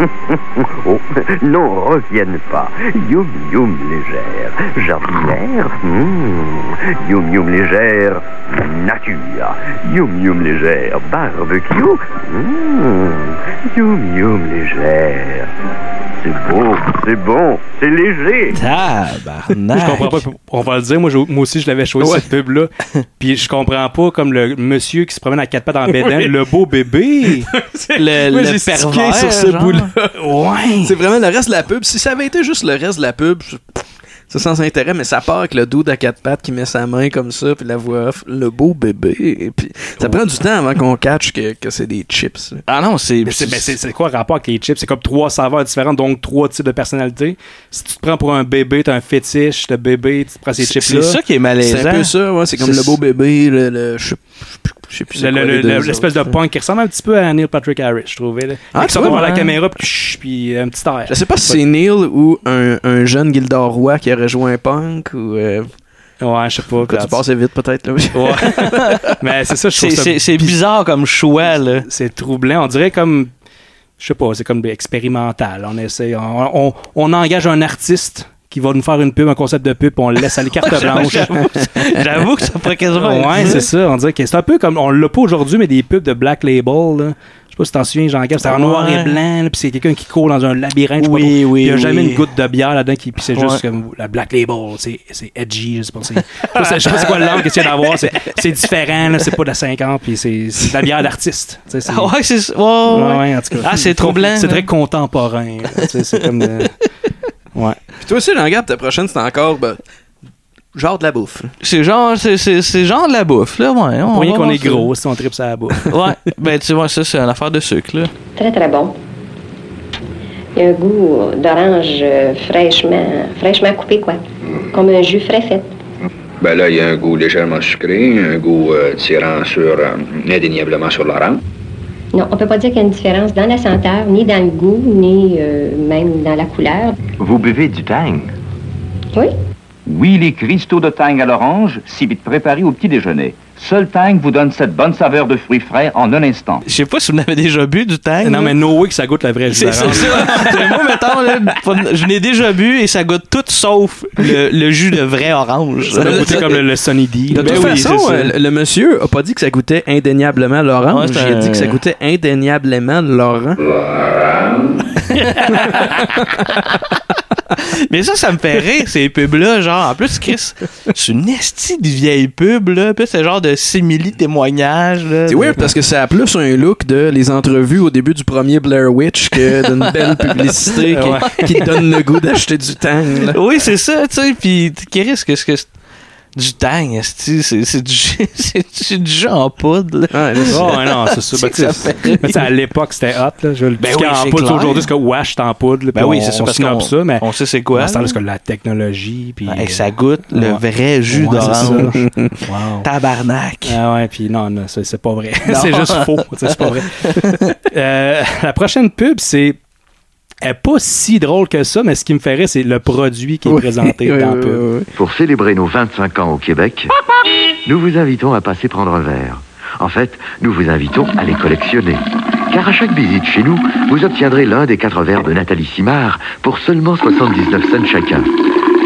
[SPEAKER 14] <laughs> oh, n'en reviennent pas. Yum yum légère. Jardinière. hmm, Yum yum légère. Nature. Yum yum légère. Barbecue. hmm, Yum yum légère. c'est beau, c'est bon, c'est léger.
[SPEAKER 2] Je comprends pas.
[SPEAKER 6] <laughs>
[SPEAKER 2] On va le dire. Moi, je- moi aussi, je l'avais choisi,
[SPEAKER 14] Ouais.
[SPEAKER 2] cette pub-là. Puis je comprends pas, comme le monsieur qui se promène à quatre pattes en bédin,
[SPEAKER 1] Oui.
[SPEAKER 2] le beau
[SPEAKER 6] <laughs>
[SPEAKER 2] bébé.
[SPEAKER 1] le,
[SPEAKER 2] le pervers,
[SPEAKER 1] sur ce
[SPEAKER 2] genre.
[SPEAKER 1] bout-là.
[SPEAKER 2] Ouais.
[SPEAKER 1] C'est vraiment le reste de la pub. Si ça avait été juste le reste de la pub, je- ça sans intérêt, mais ça part avec le dos à quatre pattes qui met sa main comme ça, puis la voix off, le beau bébé. Et puis,
[SPEAKER 6] Oh.
[SPEAKER 1] ça prend du temps avant qu'on catch que, que c'est des chips.
[SPEAKER 6] Ah non, c'est.
[SPEAKER 2] Mais c'est ben, c'est- c'est quoi le rapport avec les chips? C'est comme trois saveurs différentes, donc trois types de personnalités. Si tu te prends pour un bébé, t'as un fétiche de bébé, tu te prends ces
[SPEAKER 6] C'est-
[SPEAKER 2] chips-là.
[SPEAKER 6] c'est ça qui est malaisant.
[SPEAKER 1] C'est un peu ça, ouais. C'est comme
[SPEAKER 6] C'est-
[SPEAKER 1] le beau bébé, le. le- je sais plus- je sais plus c'est
[SPEAKER 2] Le-
[SPEAKER 1] quoi
[SPEAKER 2] le-
[SPEAKER 1] les
[SPEAKER 2] le-
[SPEAKER 1] deux
[SPEAKER 2] L'espèce de
[SPEAKER 1] autres.
[SPEAKER 2] punk qui ressemble un petit peu à Neil Patrick Harris, je trouvais. Là.
[SPEAKER 1] Ah,
[SPEAKER 2] qui
[SPEAKER 1] tu
[SPEAKER 2] sort
[SPEAKER 1] vois,
[SPEAKER 2] devant la
[SPEAKER 1] ouais.
[SPEAKER 2] caméra, puis, chut, puis un petit air.
[SPEAKER 1] Je sais pas si c'est Neil ou un, un jeune Gildor Roy qui aurait joué un punk ou. euh,
[SPEAKER 2] Ouais, je sais pas.
[SPEAKER 1] que tu passes vite peut-être. <laughs> là.
[SPEAKER 2] <laughs> Mais c'est ça, je trouve
[SPEAKER 6] C'est-
[SPEAKER 2] ça-
[SPEAKER 6] c'est- c'est
[SPEAKER 2] <laughs>
[SPEAKER 6] bizarre comme choix, là.
[SPEAKER 2] C'est troublant. On dirait comme. Je sais pas, c'est comme expérimental. On essaie. On, on- on engage un artiste qui va nous faire une pub, un concept de pub, puis on le laisse à carte
[SPEAKER 1] <laughs>
[SPEAKER 6] J'avoue-
[SPEAKER 2] blanche.
[SPEAKER 6] j'avoue- J'avoue que ça hein? pourrait quasiment. être
[SPEAKER 2] Ouais,
[SPEAKER 6] ça.
[SPEAKER 2] c'est ça. On dirait que c'est un peu comme. On l'a pas aujourd'hui, mais des pubs de Black Label, là. Je sais pas si t'en souviens, Jean-Gab, c'était en noir
[SPEAKER 6] Ouais.
[SPEAKER 2] et blanc, là, puis c'est quelqu'un qui court dans un labyrinthe. je sais
[SPEAKER 6] Oui,
[SPEAKER 2] pas, trop.
[SPEAKER 6] oui,
[SPEAKER 2] Puis Il y a jamais
[SPEAKER 6] oui.
[SPEAKER 2] une goutte de bière là-dedans, qui- puis c'est juste
[SPEAKER 6] Ouais.
[SPEAKER 2] comme la Black Label, c'est c'est edgy, je sais pas. c'est- je sais pas- Je sais pas c'est quoi le langue qu'il y a d'avoir, c'est c'est différent, là, c'est pas de la 50, puis c'est c'est de la bière d'artiste. tu sais, c'est-
[SPEAKER 6] Ah ouais, c'est ça. Ouais, ouais, ouais.
[SPEAKER 2] Ouais, en tout cas.
[SPEAKER 6] Ah, c'est troublant.
[SPEAKER 2] C'est
[SPEAKER 6] là.
[SPEAKER 2] très contemporain. là, tu sais, C'est comme. euh, Ouais.
[SPEAKER 1] Puis toi aussi, Jean-Gab, ta prochaine, c'est encore ben, genre de la bouffe.
[SPEAKER 6] C'est genre, c'est, c'est, c'est genre de la bouffe, là, ouais.
[SPEAKER 2] Pour rien
[SPEAKER 6] va
[SPEAKER 2] qu'on
[SPEAKER 6] voir
[SPEAKER 2] est
[SPEAKER 6] ça.
[SPEAKER 2] gros, si on tripe ça à la bouffe.
[SPEAKER 6] Ouais, ben tu vois, ça, c'est une affaire de sucre, là.
[SPEAKER 15] Très, très bon. Il y a un goût d'orange euh, fraîchement, fraîchement coupé, quoi. Comme un jus frais fait.
[SPEAKER 16] Ben là, il y a un goût légèrement sucré, un goût euh, tirant sur, euh, indéniablement sur l'orange.
[SPEAKER 15] Non, on peut pas dire qu'il y a une différence dans la senteur, ni dans le goût, ni euh, même dans la couleur.
[SPEAKER 17] Vous buvez du tang?
[SPEAKER 15] Oui.
[SPEAKER 17] Oui, les cristaux de tang à l'orange, si vite préparés au petit déjeuner. Seul tang vous donne cette bonne saveur de fruits frais en un instant.
[SPEAKER 6] Je sais pas si vous n'avez déjà bu du tang.
[SPEAKER 2] Non, mais no way que ça goûte la vraie jus
[SPEAKER 6] C'est c'est
[SPEAKER 2] d'orange.
[SPEAKER 6] ça. Mais Moi, mettons, là, pas- je n'ai déjà bu et ça goûte tout sauf le, le jus de vrai orange.
[SPEAKER 2] Ça doit goûter comme le, le Sunny D.
[SPEAKER 1] De
[SPEAKER 2] Ben
[SPEAKER 1] toute
[SPEAKER 2] oui,
[SPEAKER 1] façon,
[SPEAKER 2] c'est ça.
[SPEAKER 1] euh, le, le monsieur a pas dit que ça goûtait indéniablement l'orange.
[SPEAKER 6] Ouais, c'est
[SPEAKER 1] il a
[SPEAKER 6] un-
[SPEAKER 1] dit que ça goûtait indéniablement l'orange.
[SPEAKER 6] Mais ça, ça me fait rire, ces pubs-là. Genre, en plus, Chris, c'est une estie de vieille pub, là. Puis c'est genre de simili-témoignage, là.
[SPEAKER 1] C'est weird parce que ça a plus un look de les entrevues au début du premier Blair Witch que d'une belle <laughs> publicité qui,
[SPEAKER 6] Ouais.
[SPEAKER 1] qui te donne le goût d'acheter du tang. là.
[SPEAKER 6] Oui, c'est ça, tu sais. Puis, qui risque que c'est du tang, esti, c'est c'est du, <laughs> c'est du- du jus en poudre, là. <laughs>
[SPEAKER 2] Oh, ouais, non, c'est ça. Ben, tu sais, mais tu sais, à l'époque, c'était hot. Là. Je veux le
[SPEAKER 6] Ben
[SPEAKER 2] piquer
[SPEAKER 6] oui,
[SPEAKER 2] en
[SPEAKER 6] c'est
[SPEAKER 2] poudre.
[SPEAKER 6] clair.
[SPEAKER 2] Aujourd'hui, c'est que wesh, t'en poudre. là,
[SPEAKER 6] Ben
[SPEAKER 2] puis
[SPEAKER 6] oui,
[SPEAKER 2] on-
[SPEAKER 6] c'est ça,
[SPEAKER 2] on
[SPEAKER 6] parce
[SPEAKER 2] snob
[SPEAKER 6] qu'on-
[SPEAKER 2] ça, mais
[SPEAKER 6] on sait c'est quoi,
[SPEAKER 2] dans ce temps-là,
[SPEAKER 6] là.
[SPEAKER 2] c'est que la technologie. Puis, euh,
[SPEAKER 6] Ouais, et ça goûte le vrai jus
[SPEAKER 2] <laughs>
[SPEAKER 6] d'orange. Tabarnak.
[SPEAKER 2] Ah ouais, puis non, non c'est c'est pas
[SPEAKER 6] <laughs>
[SPEAKER 2] vrai.
[SPEAKER 6] Non.
[SPEAKER 2] c'est juste faux. tu sais, C'est pas
[SPEAKER 6] <laughs>
[SPEAKER 2] vrai. Euh, la prochaine pub, c'est. Elle est pas si drôle que ça, mais ce qui me ferait, c'est le produit qui est
[SPEAKER 6] <laughs>
[SPEAKER 2] présenté dans la pub.
[SPEAKER 18] Pour célébrer nos 25 ans au Québec, nous vous invitons à passer prendre un verre. En fait, nous vous invitons à les collectionner. Car à chaque visite chez nous, vous obtiendrez l'un des quatre verres de Nathalie Simard pour seulement 79 cents chacun.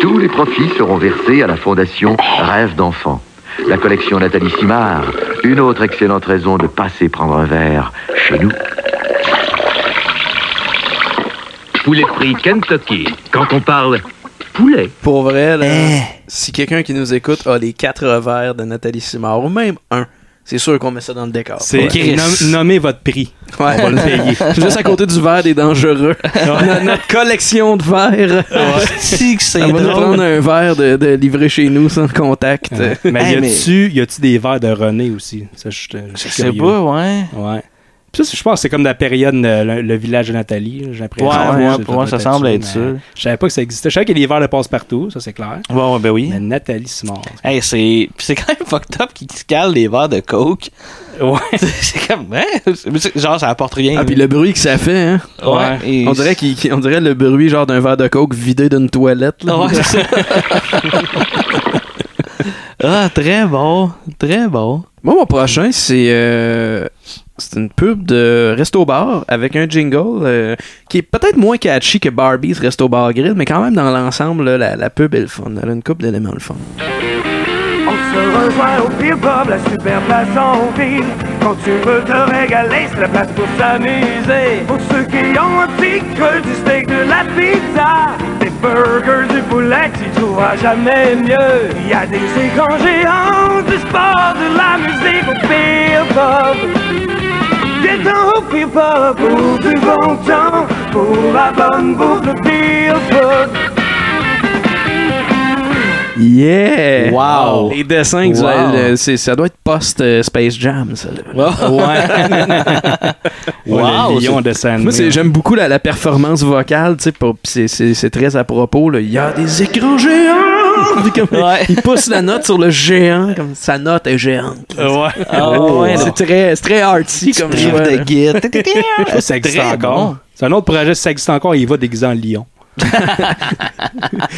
[SPEAKER 18] Tous les profits seront versés à la fondation Rêve d'enfant. La collection Nathalie Simard, une autre excellente raison de passer prendre un verre chez nous.
[SPEAKER 14] Poulet frit Kentucky. Quand on parle poulet.
[SPEAKER 1] Pour vrai, là, si quelqu'un qui nous écoute a les quatre verres de Nathalie Simard, ou même un, c'est sûr qu'on met ça dans le décor.
[SPEAKER 2] C'est
[SPEAKER 1] Ouais.
[SPEAKER 2] nom- nommez votre prix.
[SPEAKER 1] Ouais.
[SPEAKER 2] On va le payer.
[SPEAKER 1] <laughs> Juste à côté du verre des dangereux. Notre- Notre collection de verres.
[SPEAKER 6] Si que c'est
[SPEAKER 1] On va nous
[SPEAKER 6] drôle.
[SPEAKER 1] prendre un verre de, de livré chez nous sans contact.
[SPEAKER 2] Mais y a-tu y a-tu des verres de René aussi Ça, je, je- je suis
[SPEAKER 6] sais
[SPEAKER 2] curieux.
[SPEAKER 6] pas, ouais.
[SPEAKER 2] Ouais. Puis ça, c'est- je pense que c'est comme la période euh, le, le village de Nathalie, là, j'ai l'impression.
[SPEAKER 6] Ouais, ouais,
[SPEAKER 2] C'est-
[SPEAKER 6] pour moi, ça
[SPEAKER 2] doit
[SPEAKER 6] semble être
[SPEAKER 2] mais
[SPEAKER 6] ça.
[SPEAKER 2] Je savais pas que ça existait. Je savais qu'il y a des verres de passe-partout, ça c'est clair.
[SPEAKER 6] Ouais, ouais, ben oui.
[SPEAKER 2] Mais Nathalie Simard.
[SPEAKER 6] Hey, c'est pis c'est quand même fucked up qu'ils se calent les verres de coke.
[SPEAKER 2] Ouais.
[SPEAKER 6] <laughs> c'est comme hein? Mais c'est- genre ça apporte rien.
[SPEAKER 1] Ah, puis le bruit que ça fait, hein?
[SPEAKER 6] Ouais. Et-
[SPEAKER 1] On dirait, qu'il- qu'il- on dirait le bruit genre d'un verre de coke vidé d'une toilette. Là.
[SPEAKER 6] Ouais, c'est ça. ah, très bon, très bon.
[SPEAKER 1] Moi, mon prochain, c'est euh, c'est une pub de Resto Bar avec un jingle euh, qui est peut-être moins catchy que Barbie's Resto Bar Grill, mais quand même, dans l'ensemble, là, la, la pub est le fun. Elle a une coupe d'éléments le fun.
[SPEAKER 14] On
[SPEAKER 19] te rejoins au pire pub, la super place en ville. Quand tu veux te régaler, c'est la place pour s'amuser. Pour ceux qui ont un petit creux, du steak, de la pizza, des burgers, du poulet, tu trouveras jamais mieux. Il y a des écrans géants, du sport, de la musique au pire pub. Viens-t'en au pire pub pour du bon temps, pour la bonne bouffe, le pire pub.
[SPEAKER 1] Yeah!
[SPEAKER 6] Wow!
[SPEAKER 1] Les dessins, que tu
[SPEAKER 6] Wow.
[SPEAKER 1] as- le- c'est- ça doit être post-Space Jam, ça. là.
[SPEAKER 2] <laughs> Ouais. Ouais, le lion
[SPEAKER 1] c'est-
[SPEAKER 2] dessin animé.
[SPEAKER 1] Moi, c'est- j'aime beaucoup la, la performance vocale, tu sais, pour- pis c'est- c'est c'est très à propos. là. Il y a des écrans géants! <laughs> Puis comme- Il pousse la note sur le géant, comme sa note est géante. là.
[SPEAKER 2] Ah ouais,
[SPEAKER 1] c'est
[SPEAKER 2] non.
[SPEAKER 1] très, c'est très artsy comme
[SPEAKER 2] riff
[SPEAKER 1] choix,
[SPEAKER 2] de
[SPEAKER 1] là.
[SPEAKER 2] Ça, ça existe
[SPEAKER 1] Très
[SPEAKER 2] encore.
[SPEAKER 1] bon.
[SPEAKER 2] C'est un autre projet, ça existe encore, il va déguisé en lion.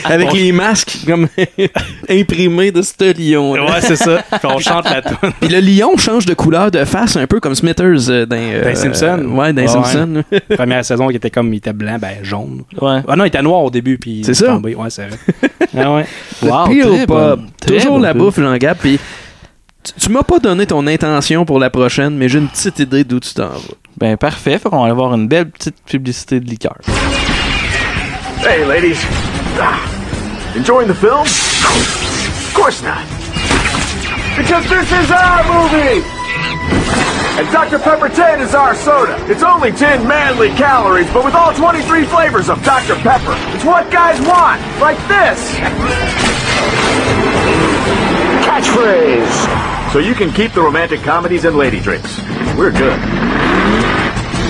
[SPEAKER 1] Avec les masques comme <laughs> imprimés de ce lion.
[SPEAKER 2] Ouais, c'est ça. <laughs> Puis on chante la toune.
[SPEAKER 1] Puis le lion change de couleur de face un peu comme Smithers euh, dans euh,
[SPEAKER 2] Ben Simpson.
[SPEAKER 1] Ouais, dans Simpson.
[SPEAKER 2] <laughs> Première saison, il était comme, il était blanc, ben jaune. Ah non, il était noir au début, puis il
[SPEAKER 1] C'est
[SPEAKER 2] est
[SPEAKER 1] ça.
[SPEAKER 2] tombé.
[SPEAKER 1] <laughs>
[SPEAKER 2] Ouais, c'est vrai. ah ouais.
[SPEAKER 1] Le
[SPEAKER 2] Wow,
[SPEAKER 1] pire
[SPEAKER 2] très
[SPEAKER 1] pub.
[SPEAKER 2] bonne- très
[SPEAKER 1] Toujours
[SPEAKER 2] bonne
[SPEAKER 1] la
[SPEAKER 2] pub.
[SPEAKER 1] bouffe, jean gap Puis tu, tu m'as pas donné ton intention pour la prochaine, mais j'ai une petite idée d'où tu t'en vas.
[SPEAKER 6] Ben parfait, fait qu'on va avoir une belle petite publicité de liqueur.
[SPEAKER 14] Hey, ladies. Ah, Enjoying the film? Of course not. Because this is our movie! And Dr. Pepper 10 is our soda. It's only 10 manly calories, but with all 23 flavors of Dr. Pepper. It's what guys want, like this. Catchphrase. So you can keep the romantic comedies and lady drinks. We're good.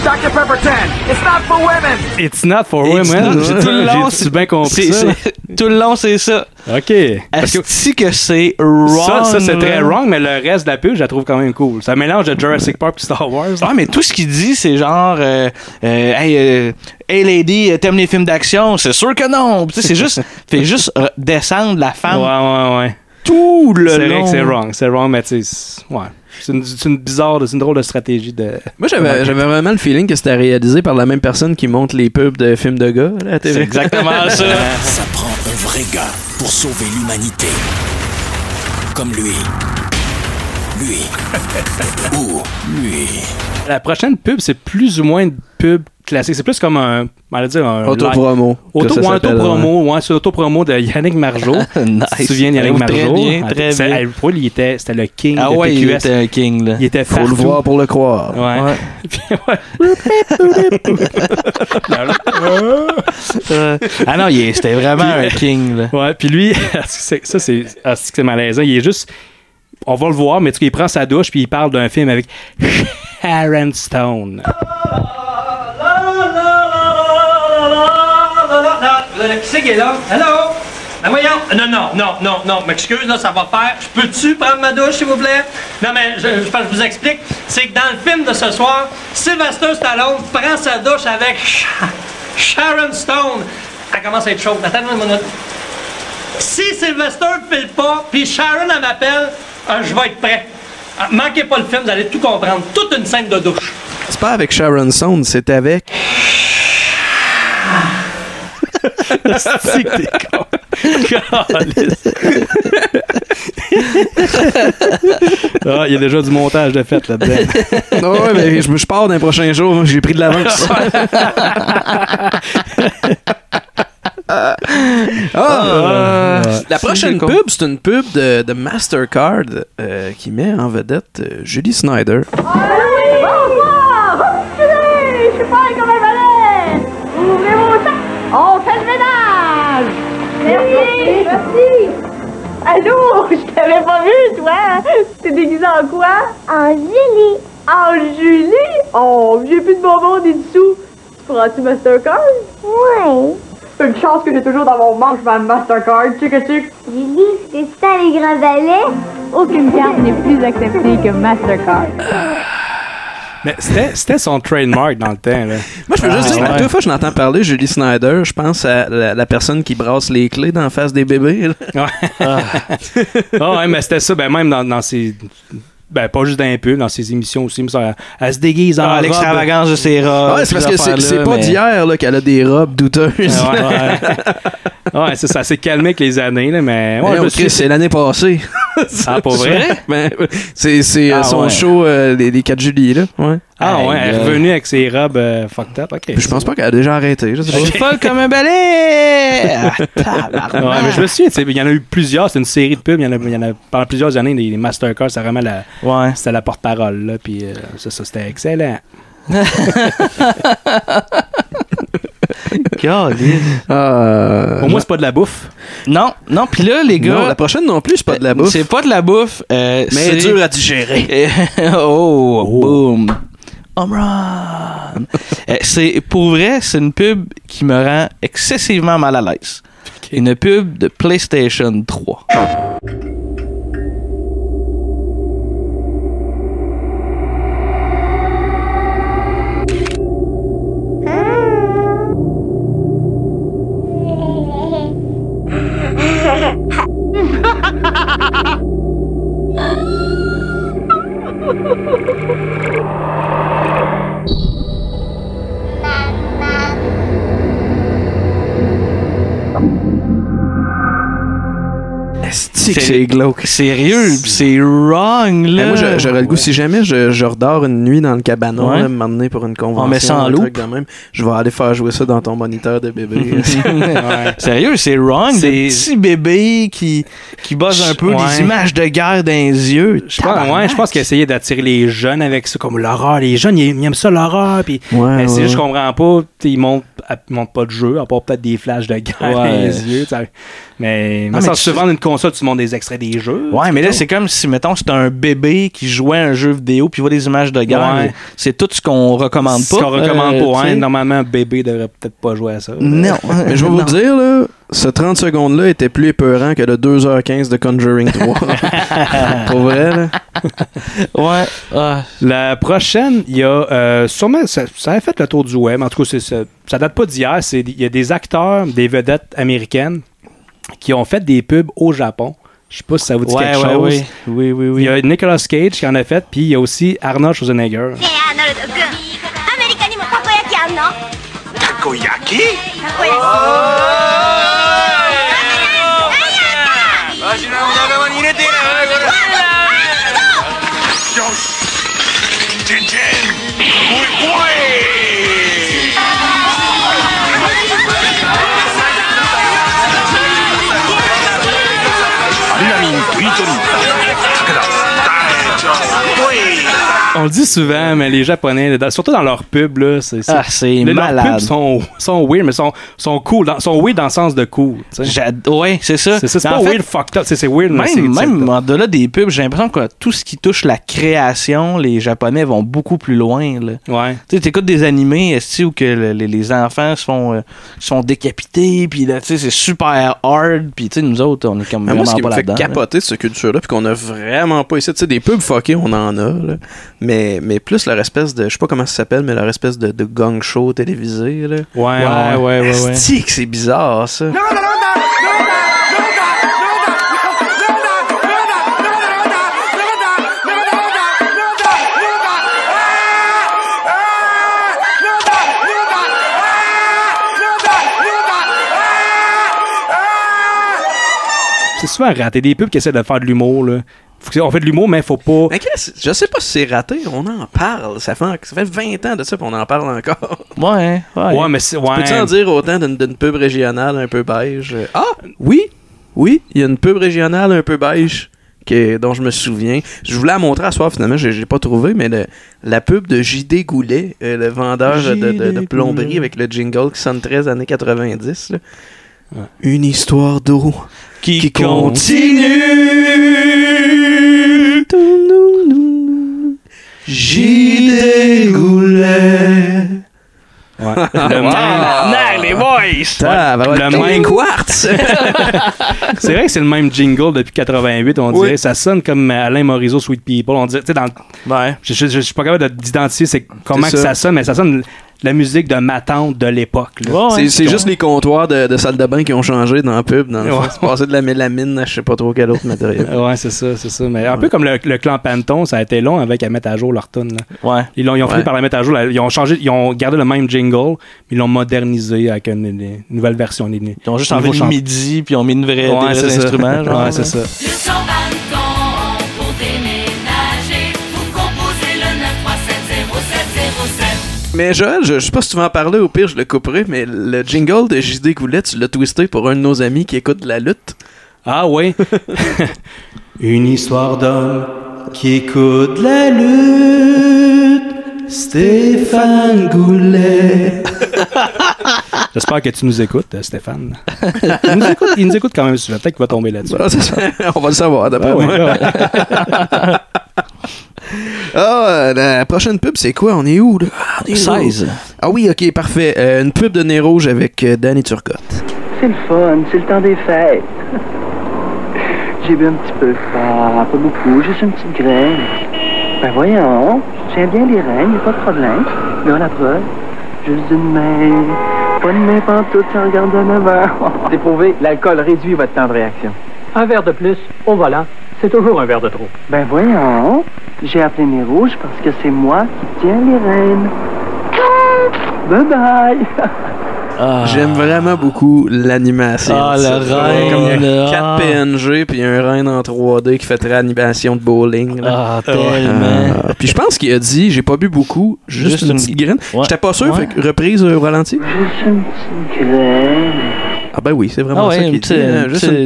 [SPEAKER 14] Dr. Pepper 10, it's not for women!
[SPEAKER 2] It's not for women.
[SPEAKER 6] J'ai tout le long,
[SPEAKER 2] J'ai-tu bien compris
[SPEAKER 6] c'est-
[SPEAKER 2] ça.
[SPEAKER 6] c'est- Tout le long, c'est ça.
[SPEAKER 2] OK.
[SPEAKER 6] Est-ce que c'est wrong?
[SPEAKER 2] Ça, ça c'est
[SPEAKER 6] là?
[SPEAKER 2] très wrong, mais le reste de la pub, je la trouve quand même cool. Ça mélange de Jurassic Park et Star Wars. hein?
[SPEAKER 6] Ouais, Ah, mais tout ce qu'il dit, c'est genre, euh, euh, hey, euh, hey lady, euh, t'aimes les films d'action? C'est sûr que non! Puis tu sais,
[SPEAKER 1] <laughs>
[SPEAKER 6] C'est juste, fait juste euh, descendre la femme.
[SPEAKER 2] Ouais, ouais, ouais.
[SPEAKER 6] Tout le
[SPEAKER 2] C'est vrai
[SPEAKER 6] long.
[SPEAKER 2] que c'est wrong. C'est wrong, mais tu sais, c'est- ouais. C'est une, c'est une bizarre, c'est une drôle de stratégie <laughs> de.
[SPEAKER 1] Moi, j'avais, j'avais vraiment le feeling que c'était réalisé par la même personne qui monte les pubs de films de gars là, à la TV.
[SPEAKER 20] Ça prend un vrai gars pour sauver l'humanité. Comme lui. Lui. Ou lui.
[SPEAKER 2] <laughs> La prochaine pub, c'est plus ou moins une pub classique. C'est plus comme un. On va dire un.
[SPEAKER 1] Autopromo,
[SPEAKER 2] live.
[SPEAKER 1] que
[SPEAKER 2] Auto,
[SPEAKER 1] ça
[SPEAKER 2] ouais,
[SPEAKER 1] s'appelle,
[SPEAKER 2] autopromo, ouais. C'est l'autopromo de Yannick Margeau. Tu te souviens, Yannick
[SPEAKER 6] Oh, très
[SPEAKER 2] Margeau?
[SPEAKER 6] bien,
[SPEAKER 2] Ah,
[SPEAKER 6] très
[SPEAKER 2] c'est-
[SPEAKER 6] bien.
[SPEAKER 2] elle, Paul, il était, c'était le king
[SPEAKER 6] <laughs> Ah
[SPEAKER 2] de
[SPEAKER 6] ouais, il
[SPEAKER 2] TQS.
[SPEAKER 6] était un king, là.
[SPEAKER 2] Il était
[SPEAKER 1] Faut le
[SPEAKER 2] partout.
[SPEAKER 1] voir pour le croire.
[SPEAKER 2] Ouais. <laughs>
[SPEAKER 6] Euh, ah non, il est- c'était vraiment un king, là.
[SPEAKER 2] Ouais, puis lui, <laughs> c'est- ça c'est ah, c'est que c'est malaisant. Il est juste. On va le voir, mais tu sais, il prend sa douche puis il parle d'un film avec <laughs> Sharon Stone.
[SPEAKER 21] Qui c'est qui est là? Allô? Ben voyons! Non, non, non, non, non, m'excuse, là, ça va faire. Je peux-tu prendre ma douche, s'il vous plaît? Non, mais je, je, je vous explique. C'est que dans le film de ce soir, Sylvester Stallone prend sa douche avec Sha- Sharon Stone. Elle commence à être chaude. Attends une minute. Si Sylvester ne file pas, puis Sharon, elle m'appelle, euh, je vais être prêt. Ah, manquez pas le film, vous allez tout comprendre. Toute une scène de douche.
[SPEAKER 1] C'est pas avec Sharon Stone, c'est avec.
[SPEAKER 2] C'est que t'es con. Ah, il y a déjà du montage de fait là-dedans.
[SPEAKER 1] <laughs> Non, <laughs> ouais, mais je, je pars dans les prochains jours, j'ai pris de <laughs> l'avance. Ah,
[SPEAKER 6] Ah,
[SPEAKER 1] la
[SPEAKER 6] c'est
[SPEAKER 1] prochaine
[SPEAKER 6] con.
[SPEAKER 1] pub, c'est une pub de, de Mastercard euh, qui met en vedette euh, Julie Snyder.
[SPEAKER 22] Je suis pas comme un balai! Ouvrez vos sacs! On fait le ménage! Merci! Merci! Allô? Je t'avais pas vu, toi! T'es déguisé en quoi? En Julie! En Julie? Oh, j'ai plus de bonbons ni de sous! Tu prends-tu Mastercard? Ouais! Une chance que j'ai toujours dans mon manche ma Mastercard, tchic tchic! Julie, c'est ça les grands balais? Aucune carte n'est plus acceptée que Mastercard.
[SPEAKER 2] Mais c'était c'était son trademark dans le temps. Là.
[SPEAKER 1] Moi, je veux juste dire, à deux fois que je l'entends parler, Julie Snyder, je pense à la, la personne qui brasse les clés dans la face des bébés.
[SPEAKER 2] Ouais. Ah. ouais, mais c'était ça, ben même dans, dans ses. Ben, pas juste dans les pubs, dans ses émissions aussi, mais ça, elle se déguise en.
[SPEAKER 6] Ah,
[SPEAKER 2] robe.
[SPEAKER 6] l'extravagance de ses robes,
[SPEAKER 2] Ah,
[SPEAKER 1] Ouais, c'est parce
[SPEAKER 6] ces
[SPEAKER 1] que c'est-
[SPEAKER 6] affaires-là,
[SPEAKER 1] c'est pas
[SPEAKER 6] mais-
[SPEAKER 1] d'hier là, qu'elle a des robes douteuses.
[SPEAKER 2] Ouais, ouais. ouais, c'est ça, s'est calmé avec les années, là, mais.
[SPEAKER 1] <laughs> Mais oh,
[SPEAKER 2] Ouais,
[SPEAKER 1] là,
[SPEAKER 2] je me
[SPEAKER 1] Chris,
[SPEAKER 2] suis-
[SPEAKER 1] c'est l'année passée.
[SPEAKER 2] <laughs> Ah, pour
[SPEAKER 1] C'est
[SPEAKER 2] vrai?
[SPEAKER 1] Ben, c'est c'est, euh,
[SPEAKER 2] Ah,
[SPEAKER 1] son
[SPEAKER 2] ouais.
[SPEAKER 1] show euh, les, les 4 juillet, là. Ouais.
[SPEAKER 2] Ah ouais, elle est
[SPEAKER 1] euh,
[SPEAKER 2] revenue avec ses robes euh, fucked up, ok.
[SPEAKER 1] Puis je pense pas qu'elle a déjà arrêté. Je sais pas.
[SPEAKER 6] Je suis folle comme
[SPEAKER 1] <laughs>
[SPEAKER 6] un balai! Ah,
[SPEAKER 2] Ouais, mais je me souviens, tu sais, il y en a eu plusieurs, c'est une série de pubs, il y en a, il y en a pendant plusieurs années, les, les Mastercard, c'était vraiment la, c'était la porte-parole, là, puis euh, ça, ça, c'était excellent. Oh,
[SPEAKER 1] <laughs> Ah,
[SPEAKER 2] Pour moi, c'est pas de la bouffe.
[SPEAKER 6] Non, non, puis là, les gars.
[SPEAKER 1] euh, Non, la prochaine non plus, c'est pas de la bouffe.
[SPEAKER 6] Ben, C'est pas de la bouffe. euh,
[SPEAKER 1] Mais
[SPEAKER 6] c'est-
[SPEAKER 1] dur à digérer.
[SPEAKER 6] <laughs> oh, boom. Home run. Euh, c'est, pour vrai, c'est une pub qui me rend excessivement mal à l'aise. Une pub de PlayStation 3.
[SPEAKER 1] Ah, Esti que c'est glauque.
[SPEAKER 6] Sérieux, c'est wrong, là.
[SPEAKER 1] moi, j'a- j'aurais le goût, si jamais je, je redors une nuit dans le cabanon,
[SPEAKER 6] Ouais.
[SPEAKER 1] là, m'emmener pour une
[SPEAKER 2] Ah,
[SPEAKER 1] convention.
[SPEAKER 6] On met ça
[SPEAKER 1] un
[SPEAKER 6] en
[SPEAKER 1] truc
[SPEAKER 6] loupe.
[SPEAKER 1] de même, je vais aller faire jouer ça dans ton moniteur de
[SPEAKER 2] <laughs>
[SPEAKER 1] bébé. <laughs>
[SPEAKER 6] Sérieux, c'est wrong.
[SPEAKER 1] C'est-
[SPEAKER 6] Des petits bébés qui, qui bossent un peu,
[SPEAKER 2] Ouais.
[SPEAKER 6] des images de guerre dans les yeux.
[SPEAKER 2] Je pense, Ah, ouais, je pense qu'elle essayait d'attirer les jeunes avec ça, comme l'horreur. Les jeunes, ils, ils aiment ça, l'horreur. Puis, ben, c'est
[SPEAKER 6] ouais.
[SPEAKER 2] juste, je comprends pas. tu sais, Ils montent, ils montent pas de jeu, à part peut-être des flashs de guerre dans
[SPEAKER 6] Ouais.
[SPEAKER 2] les yeux. tu sais. Mais, mais
[SPEAKER 6] mais
[SPEAKER 2] ça,
[SPEAKER 6] tu-
[SPEAKER 2] souvent, dans une console, tu montes des extraits des jeux.
[SPEAKER 6] Ouais, mais là, c'est comme si, mettons, c'était un bébé qui jouait à un jeu vidéo puis voit des images de guerre.
[SPEAKER 2] Ouais.
[SPEAKER 6] C'est tout ce qu'on recommande
[SPEAKER 2] Ce
[SPEAKER 6] pas.
[SPEAKER 2] qu'on recommande
[SPEAKER 6] euh,
[SPEAKER 2] pas, hein.
[SPEAKER 6] tu sais.
[SPEAKER 2] Normalement, un bébé devrait peut-être pas jouer à ça.
[SPEAKER 6] Non.
[SPEAKER 1] <laughs> Mais je vais vous
[SPEAKER 6] Non.
[SPEAKER 1] dire, là, ce 30 secondes-là était plus épeurant que le 2h15 de Conjuring
[SPEAKER 6] <laughs>
[SPEAKER 1] 3. Pour vrai, là.
[SPEAKER 6] Ouais. ah.
[SPEAKER 2] La prochaine, il y a euh, sûrement, ça, ça a fait le tour du web. En tout cas, c'est, ça, ça date pas d'hier. C'est, il y a des acteurs, des vedettes américaines qui ont fait des pubs au Japon. Je sais pas si ça vous dit
[SPEAKER 6] Ouais,
[SPEAKER 2] quelque
[SPEAKER 6] ouais,
[SPEAKER 2] chose.
[SPEAKER 6] oui. Oui, oui, oui.
[SPEAKER 2] Il y a Nicolas Cage qui en a fait, puis il y a aussi Arnold Schwarzenegger.
[SPEAKER 5] アーノルド君アメリカにもたこ焼きあんのたこ焼きたこ焼き
[SPEAKER 3] わしのお腹はに入れてえなこれよしチンチンおいおい南食い取り武田大丈夫
[SPEAKER 2] On le dit souvent, mais les Japonais, dans- surtout dans leurs pubs, là, c'est,
[SPEAKER 6] Ah, c'est
[SPEAKER 2] les-
[SPEAKER 6] malade.
[SPEAKER 2] Leurs pubs sont, sont weird, mais sont, sont cool, dans, sont weird dans le sens de cool. tu sais.
[SPEAKER 6] J'ad- Ouais, c'est ça.
[SPEAKER 2] C'est ça, c'est
[SPEAKER 6] Mais
[SPEAKER 2] pas
[SPEAKER 6] en fait,
[SPEAKER 2] weird fucked up, c'est, c'est weird, mais c'est,
[SPEAKER 6] Même, même au-delà des pubs, j'ai l'impression que tout ce qui touche la création, les Japonais vont beaucoup plus loin. Là.
[SPEAKER 2] Ouais.
[SPEAKER 6] Tu sais, t'écoutes des animés esti, où que le- les, les enfants se font, euh, se font décapités, puis là, tu sais, c'est super hard, puis tu sais, nous autres, on est comme
[SPEAKER 1] Mais
[SPEAKER 2] Ah,
[SPEAKER 6] vraiment
[SPEAKER 1] moi, ce qui
[SPEAKER 6] pas
[SPEAKER 1] me fait
[SPEAKER 6] là-dedans. là.
[SPEAKER 1] capoter de cette culture-là, puis qu'on a vraiment pas ici, tu sais, des pubs fuckées, on en a, là. Mais, mais plus leur espèce de, je sais pas comment ça s'appelle, mais leur espèce de, de gang show télévisé, là.
[SPEAKER 2] Ouais, ouais, ouais, ouais.
[SPEAKER 1] Esti que c'est bizarre, ça.
[SPEAKER 2] C'est souvent raté. Des pubs qui essaient de faire de l'humour, là. Faut que- on fait de l'humour, mais faut pas.
[SPEAKER 1] Mais qu'est-ce- je sais pas si c'est raté, on en parle. Ça fait, ça fait 20 ans de ça, puis on en parle encore.
[SPEAKER 6] Ouais, ouais.
[SPEAKER 2] Ouais, mais c'est. Ouais.
[SPEAKER 1] Peux-tu en dire autant d'une d'une pub régionale un peu beige? Euh, Ah! Oui! Oui, il y a une pub régionale un peu beige que, dont je me souviens. Je voulais la montrer à soir, finalement, je l'ai pas trouvé, mais le- la pub de J.D. Goulet, euh, le vendeur de, de- de
[SPEAKER 6] J.D.
[SPEAKER 1] plomberie
[SPEAKER 6] Goulet.
[SPEAKER 1] avec le jingle qui sonne 13 années 90. là. Une histoire d'eau
[SPEAKER 6] qui,
[SPEAKER 1] continue. J.D. Goulet.
[SPEAKER 2] Ouais.
[SPEAKER 1] Wow.
[SPEAKER 2] Le même.
[SPEAKER 6] Euh, Tabarnak, les boys!
[SPEAKER 1] Ah, bah ouais,
[SPEAKER 2] Le
[SPEAKER 1] le
[SPEAKER 2] même.
[SPEAKER 1] même
[SPEAKER 6] <laughs>
[SPEAKER 1] quartz.
[SPEAKER 2] C'est vrai que c'est le même jingle depuis 88, on dirait. Ça sonne comme Alain Morisot, Sweet People. On dirait, tu sais, dans. Je, je- je suis pas capable de- d'identifier c'est comment
[SPEAKER 1] C'est
[SPEAKER 2] que
[SPEAKER 1] ça.
[SPEAKER 2] ça sonne, mais ça sonne la musique de ma tante de l'époque. là.
[SPEAKER 1] C'est- C'est juste les comptoirs de, de salle de bain qui ont changé dans la pub. Dans le fond, c'est passé de la mélamine à je sais pas trop quel autre matériel.
[SPEAKER 2] Ouais, c'est ça, c'est ça. Mais un peu comme le, le clan Panton, ça a été long avec à mettre à jour leur tune.
[SPEAKER 6] Ouais.
[SPEAKER 2] Ils, l'ont- ils ont fini
[SPEAKER 1] Ouais.
[SPEAKER 2] par la mettre à jour. la- Ils ont changé, ils ont gardé le même jingle, mais ils l'ont modernisé avec une, une nouvelle version. Ils
[SPEAKER 6] ont juste enlevé le midi, puis ils ont mis une vraie, des
[SPEAKER 2] Ouais,
[SPEAKER 6] vrais
[SPEAKER 2] c'est ça. <laughs>
[SPEAKER 6] instruments. genre.
[SPEAKER 2] Ouais, c'est ça.
[SPEAKER 5] Sur son balcon,
[SPEAKER 1] Mais Joël, je, je sais pas si tu vas en parler, au pire je le couperai, mais le jingle de JD Goulet, tu l'as twisté pour un de nos amis qui écoute la lutte.
[SPEAKER 2] Ah oui? <laughs> Une histoire d'homme qui écoute la lutte, Stéphane Goulet. <laughs> J'espère que tu nous écoutes, euh, Stéphane. il, nous écoute, il nous écoute quand même souvent. Peut-être qu'il va tomber là-dessus.
[SPEAKER 1] Bon, c'est ça. <laughs> On va le savoir, d'après
[SPEAKER 2] Ah oui,
[SPEAKER 1] moi.
[SPEAKER 2] ah
[SPEAKER 1] Ah, euh, la prochaine pub, c'est quoi? On est où, là? Ah, on est où?
[SPEAKER 6] 16.
[SPEAKER 1] Ah oui, ok, parfait. Euh, une pub de nez rouge avec euh, Danny Turcotte.
[SPEAKER 7] C'est le fun, c'est le temps des fêtes. <laughs> J'ai bu un petit peu fort, pas beaucoup, juste une petite graine. Ben voyons, je tiens bien les rênes, y a pas de problème. Là, la preuve, juste une main. Pas de main pantoute, ça regarde en <laughs> avant.
[SPEAKER 8] C'est prouvé, l'alcool réduit votre temps de réaction. Un verre de plus, au volant, c'est toujours un verre de trop.
[SPEAKER 7] Ben voyons, j'ai appelé mes rouges parce que c'est moi qui tiens les rênes. Bye bye!
[SPEAKER 1] J'aime vraiment beaucoup l'animation.
[SPEAKER 6] Ah, le
[SPEAKER 1] Ça,
[SPEAKER 6] rein,
[SPEAKER 1] Comme il y
[SPEAKER 6] là.
[SPEAKER 1] a 4 PNG puis un rein en 3D qui fait de l'animation de bowling. là.
[SPEAKER 6] Ah, tellement.
[SPEAKER 1] Ah, puis je pense qu'il a dit j'ai pas bu beaucoup, juste,
[SPEAKER 6] Juste
[SPEAKER 1] une,
[SPEAKER 6] une-
[SPEAKER 1] petite graine.
[SPEAKER 6] Ouais.
[SPEAKER 1] J'étais pas sûr, fait
[SPEAKER 6] Ouais.
[SPEAKER 1] que reprise euh, au ralenti.
[SPEAKER 7] Juste une petite graine.
[SPEAKER 1] Ah ben oui, c'est vraiment
[SPEAKER 6] Ah ouais,
[SPEAKER 1] ça qu'il
[SPEAKER 6] une
[SPEAKER 1] dit.
[SPEAKER 6] petite-
[SPEAKER 1] hein, juste une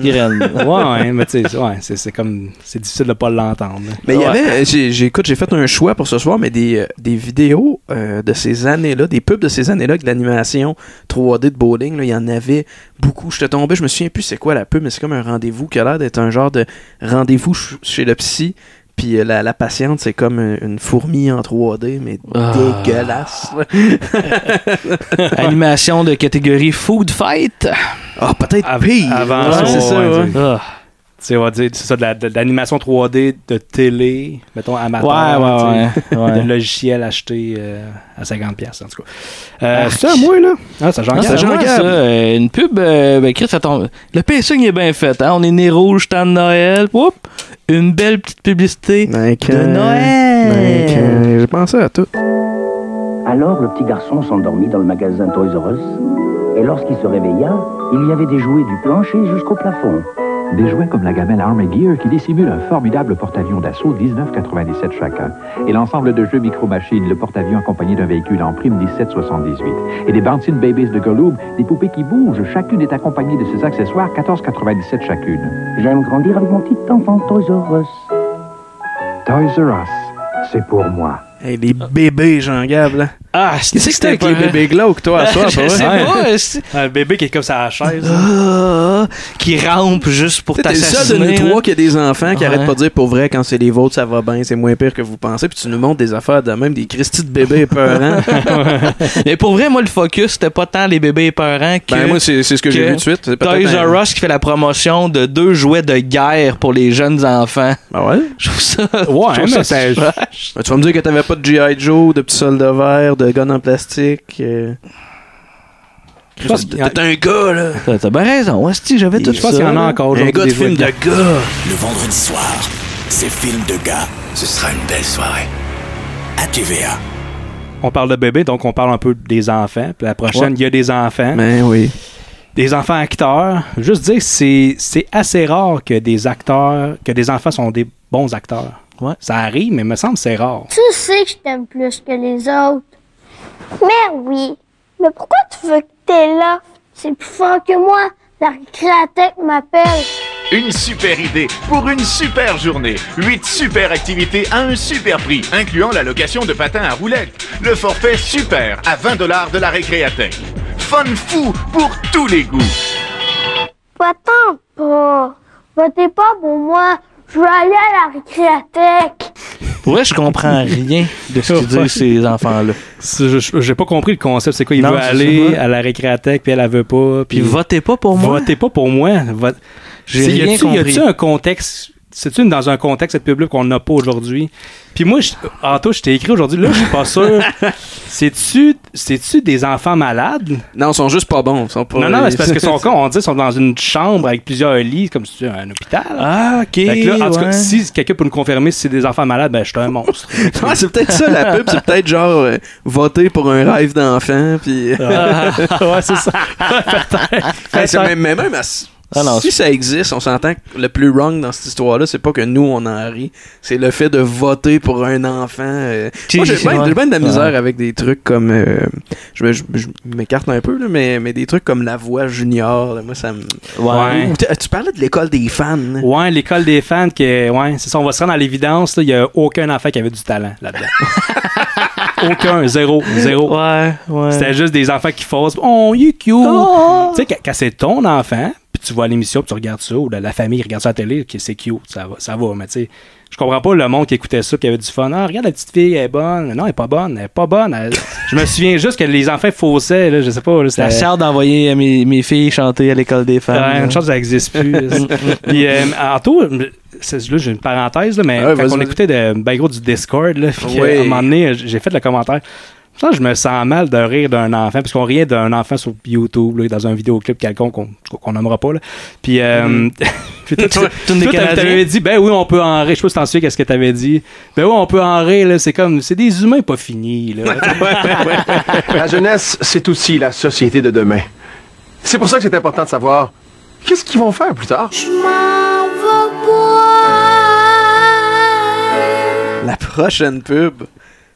[SPEAKER 1] petite, graine. <laughs>
[SPEAKER 2] ouais, ouais, mais tu sais, ouais, c'est c'est comme. C'est difficile de pas l'entendre.
[SPEAKER 1] Mais il y
[SPEAKER 2] Ouais.
[SPEAKER 1] avait, euh, j'ai, j'ai- écoute, j'ai fait un choix pour ce soir, mais des, euh, des vidéos euh, de ces années-là, des pubs de ces années-là, avec de l'animation 3D de bowling, là, il y en avait beaucoup. J'étais tombé, je me souviens plus c'est quoi la pub, mais c'est comme un rendez-vous qui a l'air d'être un genre de rendez-vous ch- chez le psy. Puis euh, la, la patiente, c'est comme un- une fourmi en 3D, mais
[SPEAKER 6] Ah.
[SPEAKER 1] dégueulasse.
[SPEAKER 6] Animation de catégorie Food Fight.
[SPEAKER 1] Ah, peut-être
[SPEAKER 6] pire.
[SPEAKER 2] Avant
[SPEAKER 6] Ouais,
[SPEAKER 2] ça,
[SPEAKER 6] c'est ça, ouais.
[SPEAKER 2] Ah. Tu sais, on va dire, c'est ça, de la- de l'animation 3D de télé, mettons, amateur.
[SPEAKER 6] Ouais, ouais,
[SPEAKER 2] tu sais,
[SPEAKER 6] ouais, ouais.
[SPEAKER 2] De logiciel acheté euh, à 50$, piastres, en tout cas. Euh,
[SPEAKER 6] Arc.
[SPEAKER 2] c'est à
[SPEAKER 1] <laughs>
[SPEAKER 2] moi, là. Ah, ça, j'en
[SPEAKER 6] Ah,
[SPEAKER 2] garde.
[SPEAKER 6] c'est vraiment ça, euh, une pub, euh, ben, Chris, ça tombe. Le pacing est bien fait. Hein? On est né rouge, temps de Noël. Oups! une belle petite publicité de Noël.
[SPEAKER 1] je pensais à tout.
[SPEAKER 23] Alors le petit garçon s'endormit dans le magasin Toys R Us. Et lorsqu'il se réveilla, Oh, il y avait des jouets du plancher jusqu'au plafond.
[SPEAKER 24] Des jouets comme la gamelle Army Gear qui dissimule un formidable porte-avions d'assaut 19,97 chacun. Et l'ensemble de jeux micro-machines, le porte-avions accompagné d'un véhicule en prime 17,78. Et des Bouncing Babies de Golub, des poupées qui bougent, chacune est accompagnée de ses accessoires 14,97 chacune.
[SPEAKER 23] J'aime grandir avec mon petit enfant Toys R Us.
[SPEAKER 24] Toys R Us, c'est pour moi.
[SPEAKER 1] Hey, les bébés, Jean-Gab, là.
[SPEAKER 6] Ah,
[SPEAKER 1] Qu'est-ce que c'était avec les bébés glauques, toi, à
[SPEAKER 6] <laughs>
[SPEAKER 1] soir,
[SPEAKER 6] Je
[SPEAKER 1] pas vrai?
[SPEAKER 6] sais pas,
[SPEAKER 2] Ouais.
[SPEAKER 6] c'est-
[SPEAKER 2] Un bébé qui est comme ça à la chaise.
[SPEAKER 6] Ah, qui rampe juste pour
[SPEAKER 1] T'es le
[SPEAKER 6] t'assassiner.
[SPEAKER 1] seul de nous
[SPEAKER 6] là.
[SPEAKER 1] trois qui a des enfants qui
[SPEAKER 6] Ouais.
[SPEAKER 1] arrêtent pas de dire pour vrai quand c'est les vôtres, ça va bien, c'est moins pire que vous pensez. Puis tu nous montres des affaires de même, des Christy de bébés peurants.
[SPEAKER 6] Mais pour vrai, moi, le focus, c'était pas tant les bébés épeurants que.
[SPEAKER 1] Ben, moi, c'est- c'est ce que j'ai vu de suite. C'est
[SPEAKER 6] Toys
[SPEAKER 1] peut-être un-
[SPEAKER 6] R Us qui fait la promotion de deux jouets de guerre pour les jeunes enfants. <laughs>
[SPEAKER 1] Ben ouais.
[SPEAKER 6] Je trouve ça.
[SPEAKER 2] Ouais,
[SPEAKER 6] je trouve
[SPEAKER 2] mais
[SPEAKER 6] ça
[SPEAKER 2] c'est-
[SPEAKER 6] trash.
[SPEAKER 1] Ben, tu vas me dire que t'avais pas de G.I. Joe, de petits soldats verts, de guns en plastique. euh.
[SPEAKER 6] Je pense qu'il y en-
[SPEAKER 1] T'es un gars, là.
[SPEAKER 6] T'as t'as bien raison, Asti, j'avais tout ça.
[SPEAKER 1] Un gars de film de gars.
[SPEAKER 20] Le vendredi soir, c'est film de gars. Ce sera une belle soirée. À TVA.
[SPEAKER 2] On parle de bébé, donc on parle un peu des enfants. Puis la prochaine,
[SPEAKER 1] Ouais.
[SPEAKER 2] il y a des enfants.
[SPEAKER 1] Ben oui.
[SPEAKER 2] Des enfants acteurs. Juste dire, c'est c'est assez rare que des acteurs, que des enfants sont des bons acteurs. Ça arrive, mais me semble que c'est rare.
[SPEAKER 25] Tu sais que je t'aime plus que les autres. Mais oui. Mais pourquoi tu veux que t'es là? C'est plus fort que moi. La récréatech m'appelle.
[SPEAKER 26] Une super idée pour une super journée. 8 super activités à un super prix, incluant la location de patins à roulettes. Le forfait super à 20 de la récréatech. Fun fou pour tous les goûts.
[SPEAKER 25] Pas tant pas. Votez pas pour Ah, moi. Je veux aller à la récréatech.
[SPEAKER 6] Pour vrai, je comprends rien de ce qu'ils disent, ces enfants-là.
[SPEAKER 2] J'ai pas compris le concept. C'est quoi? Il
[SPEAKER 6] Non,
[SPEAKER 2] veut
[SPEAKER 6] c'est
[SPEAKER 2] aller
[SPEAKER 6] ça.
[SPEAKER 2] à la récréatech, puis elle, elle veut pas. Puis,
[SPEAKER 6] <laughs> Puis votez pas pour moi.
[SPEAKER 2] Votez pas pour moi. Vote-
[SPEAKER 6] J'ai
[SPEAKER 2] C'est- y a-tu-
[SPEAKER 6] rien
[SPEAKER 2] Y
[SPEAKER 6] compris.
[SPEAKER 2] a-tu un contexte... C'est-tu dans un contexte cette public qu'on n'a pas aujourd'hui? Puis moi, je, Anto, je t'ai écrit aujourd'hui, là, je suis pas <laughs> sûr. C'est-tu, c'est-tu des enfants malades?
[SPEAKER 1] Non, ils sont juste pas bons. ils sont pas-
[SPEAKER 2] Non, non, mais c'est parce
[SPEAKER 1] <laughs>
[SPEAKER 2] <laughs> que son con, on dit, ils sont dans une chambre avec plusieurs lits, comme si c'était un hôpital.
[SPEAKER 6] Ah, <laughs> ok.
[SPEAKER 2] Fait que là, en tout
[SPEAKER 6] ouais.
[SPEAKER 2] cas, si quelqu'un peut nous confirmer si c'est des enfants malades, ben, je suis un monstre.
[SPEAKER 1] Ouais, c'est peut-être ça la pub, c'est peut-être genre euh, voter pour un rêve d'enfant, puis. euh,
[SPEAKER 2] Ah, ouais, c'est ça.
[SPEAKER 1] Hey, c'est même, mais même à, s-
[SPEAKER 6] Ah non,
[SPEAKER 1] si ça existe, on s'entend que le plus wrong dans cette histoire-là, c'est pas que nous on en rit, c'est le fait de voter pour un enfant. euh.
[SPEAKER 6] Qui-
[SPEAKER 1] Moi, j'ai bien,
[SPEAKER 6] ouais.
[SPEAKER 1] j'ai bien de la misère
[SPEAKER 6] Ouais.
[SPEAKER 1] avec des trucs comme. euh, je me- je- je m'écarte un peu, là, mais, mais des trucs comme la voix junior, là, moi ça me.
[SPEAKER 2] Ouais.
[SPEAKER 1] Ou t- Tu parlais de l'école des fans.
[SPEAKER 6] Oh.
[SPEAKER 1] hein.
[SPEAKER 2] Ouais, l'école des fans, qui est- ouais, c'est ça, on va se rendre à l'évidence, là, il n'y a aucun enfant qui avait du talent là-dedans.
[SPEAKER 6] <laughs>
[SPEAKER 2] aucun, zéro, zéro.
[SPEAKER 6] Ouais, ouais. Oh!
[SPEAKER 2] C'était juste des enfants qui faussent. Oh, you cute! Tu sais, quand, quand c'est ton enfant, puis tu vois l'émission, puis tu regardes ça, ou la, la famille regarde ça à la télé, ok, c'est cute, ça va, ça va, mais tu sais, je comprends pas le monde qui écoutait ça, qui avait du fun. Ah, regarde la petite fille, elle est bonne. Non, elle est pas bonne, elle est pas bonne. Elle- Je me souviens juste que les enfants faussaient, là, je sais pas. là,
[SPEAKER 6] La
[SPEAKER 2] c'était-
[SPEAKER 6] charte d'envoyer euh, mes, mes filles chanter à l'école des femmes.
[SPEAKER 2] Ouais,
[SPEAKER 6] là.
[SPEAKER 2] Euh, une chance, ça n'existe plus.
[SPEAKER 6] <laughs>
[SPEAKER 2] puis, euh, en tout, c'est- là, j'ai une parenthèse, là, mais
[SPEAKER 6] Ah ouais,
[SPEAKER 2] quand
[SPEAKER 6] vas-y,
[SPEAKER 2] on
[SPEAKER 6] vas-y.
[SPEAKER 2] écoutait de, ben, gros, du Discord, là, puis que,
[SPEAKER 6] Oui.
[SPEAKER 2] à un moment donné, j'ai fait le commentaire. Ça, je me sens mal de rire d'un enfant, parce qu'on riait d'un enfant sur YouTube, là, dans un vidéoclip quelconque qu'on qu'on nommera pas. Là. Puis, euh,
[SPEAKER 6] Mhm.
[SPEAKER 2] <laughs> puis toi, tu
[SPEAKER 6] Tourne- tourne des
[SPEAKER 2] toi, t'avais-
[SPEAKER 6] Canadiens.
[SPEAKER 2] t'avais dit, ben oui, on peut en rire. Je sais pas si t'en souviens qu'est-ce que t'avais dit. Ben oui, on peut en rire. là. C'est comme, c'est des humains pas finis.
[SPEAKER 6] <laughs>
[SPEAKER 2] Là.
[SPEAKER 4] La jeunesse, c'est aussi la société de demain. C'est pour ça que c'est important de savoir qu'est-ce qu'ils vont faire plus tard.
[SPEAKER 1] La prochaine pub,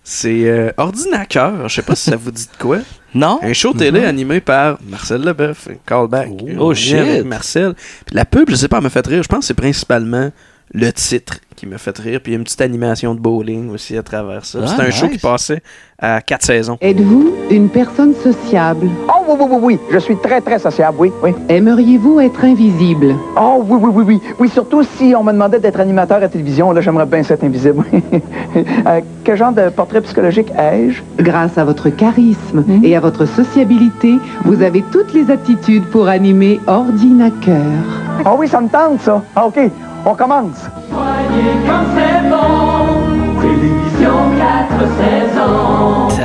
[SPEAKER 1] c'est euh, Ordinateur. Je sais pas si ça vous dit de quoi.
[SPEAKER 6] Non.
[SPEAKER 1] Un show télé animé par Marcel Leboeuf. Callback.
[SPEAKER 6] Oh,
[SPEAKER 1] On
[SPEAKER 6] shit.
[SPEAKER 1] vient avec Marcel. Puis la pub, je sais pas, elle me fait rire. Je pense que c'est principalement le titre qui me fait rire. Puis il y a une petite animation de bowling aussi à travers ça.
[SPEAKER 9] Ah,
[SPEAKER 1] c'est un show qui
[SPEAKER 9] nice.
[SPEAKER 1] passait à quatre saisons.
[SPEAKER 9] Êtes-vous une personne sociable
[SPEAKER 4] Oh oui, oui, oui, oui, je suis très, très sociable, oui, oui.
[SPEAKER 9] Aimeriez-vous être invisible
[SPEAKER 4] Oh oui, oui, oui, oui. Oui, surtout si on me demandait d'être animateur à télévision, là, j'aimerais bien être invisible. <laughs> Euh, quel genre de portrait psychologique ai-je?
[SPEAKER 9] Grâce à votre charisme
[SPEAKER 7] Mmh.
[SPEAKER 9] et à votre sociabilité, vous avez toutes les aptitudes pour animer Ordinateur.
[SPEAKER 4] Oh oui, ça me tente, ça. Ah, OK, on commence.
[SPEAKER 10] Comme c'est bon, télévision 4 saisons.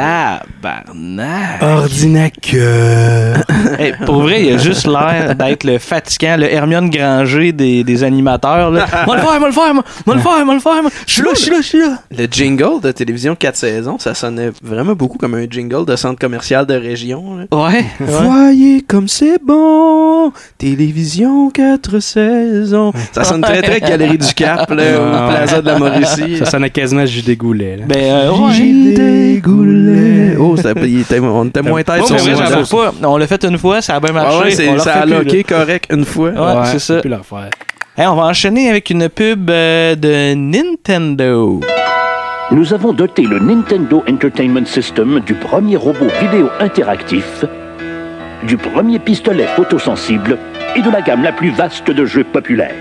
[SPEAKER 6] Tabarnak.
[SPEAKER 2] Ordinateur.
[SPEAKER 6] Hey, pour vrai, il a juste l'air d'être le fatigant, le Hermione Granger des, des animateurs. Là. Moi le faire, moi le faire, moi moi le faire, moi le faire. moi. Je suis là, je suis là, je suis là.
[SPEAKER 1] Le jingle de télévision 4 saisons, ça sonnait vraiment beaucoup comme un jingle de centre commercial de région. là.
[SPEAKER 6] Ouais.
[SPEAKER 1] Voyez comme c'est bon, télévision 4 saisons. Ça sonne très <laughs> très Galerie du Cap, là,
[SPEAKER 2] Ah,
[SPEAKER 1] au
[SPEAKER 2] ouais.
[SPEAKER 1] Plaza de la Mauricie.
[SPEAKER 2] Ça sonnait quasiment Jules Dégoulet. là.
[SPEAKER 6] Ben, euh, ouais.
[SPEAKER 1] Gilles Dégoulet. Oh, ça, il était- on était moins tête
[SPEAKER 6] Moi,
[SPEAKER 1] sur
[SPEAKER 6] pour vrai,
[SPEAKER 1] ce
[SPEAKER 6] j'avoue
[SPEAKER 1] moment-là.
[SPEAKER 6] pas. On l'a fait une fois, ça a bien marché.
[SPEAKER 1] Ah ouais, c'est-
[SPEAKER 6] on le
[SPEAKER 1] ça a
[SPEAKER 6] refait plus,
[SPEAKER 1] loqué
[SPEAKER 6] là.
[SPEAKER 1] correct une fois.
[SPEAKER 6] Ouais, c'est ça.
[SPEAKER 2] on peut le refaire.
[SPEAKER 6] Hey, on va enchaîner avec une pub euh, de Nintendo.
[SPEAKER 11] Nous avons doté le Nintendo Entertainment System du premier robot vidéo interactif, du premier pistolet photosensible et de la gamme la plus vaste de jeux populaires.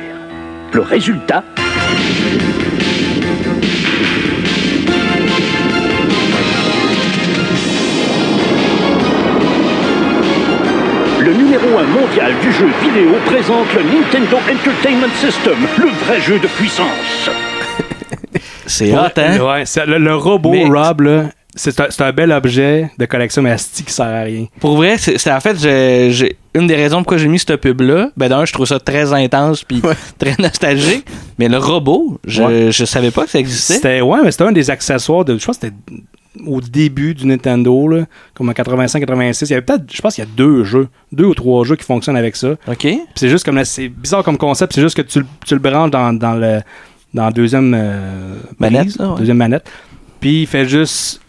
[SPEAKER 11] Le résultat Le numéro 1 mondial du jeu vidéo présente le Nintendo Entertainment System, le vrai jeu de puissance.
[SPEAKER 6] C'est
[SPEAKER 2] Pour-
[SPEAKER 6] hot, hein?
[SPEAKER 2] Ouais, c'est- Ah, le, le robot
[SPEAKER 6] Mais-
[SPEAKER 2] Rob, là, c'est un, c'est un bel objet de collection, mais asti qui sert à rien.
[SPEAKER 6] Pour vrai, c'est c'est- en fait, j'ai- j'ai- une des raisons pourquoi j'ai mis cette pub-là, ben d'un, je trouve ça très intense puis très nostalgique. Mais le robot, je,
[SPEAKER 2] Ouais.
[SPEAKER 6] je savais pas que ça existait.
[SPEAKER 2] C'était ouais, mais c'était un des accessoires de. Je pense que c'était au début du Nintendo, là, comme en 85-86. Il y avait peut-être, je pense qu'il y a deux jeux, deux ou trois jeux qui fonctionnent avec ça.
[SPEAKER 6] OK.
[SPEAKER 2] c'est juste comme là, c'est bizarre comme concept, c'est juste que tu, le- tu le branches dans, dans le dans la deuxième euh,
[SPEAKER 6] Manette,
[SPEAKER 2] prise,
[SPEAKER 6] là, ouais.
[SPEAKER 2] deuxième manette. Puis il fait juste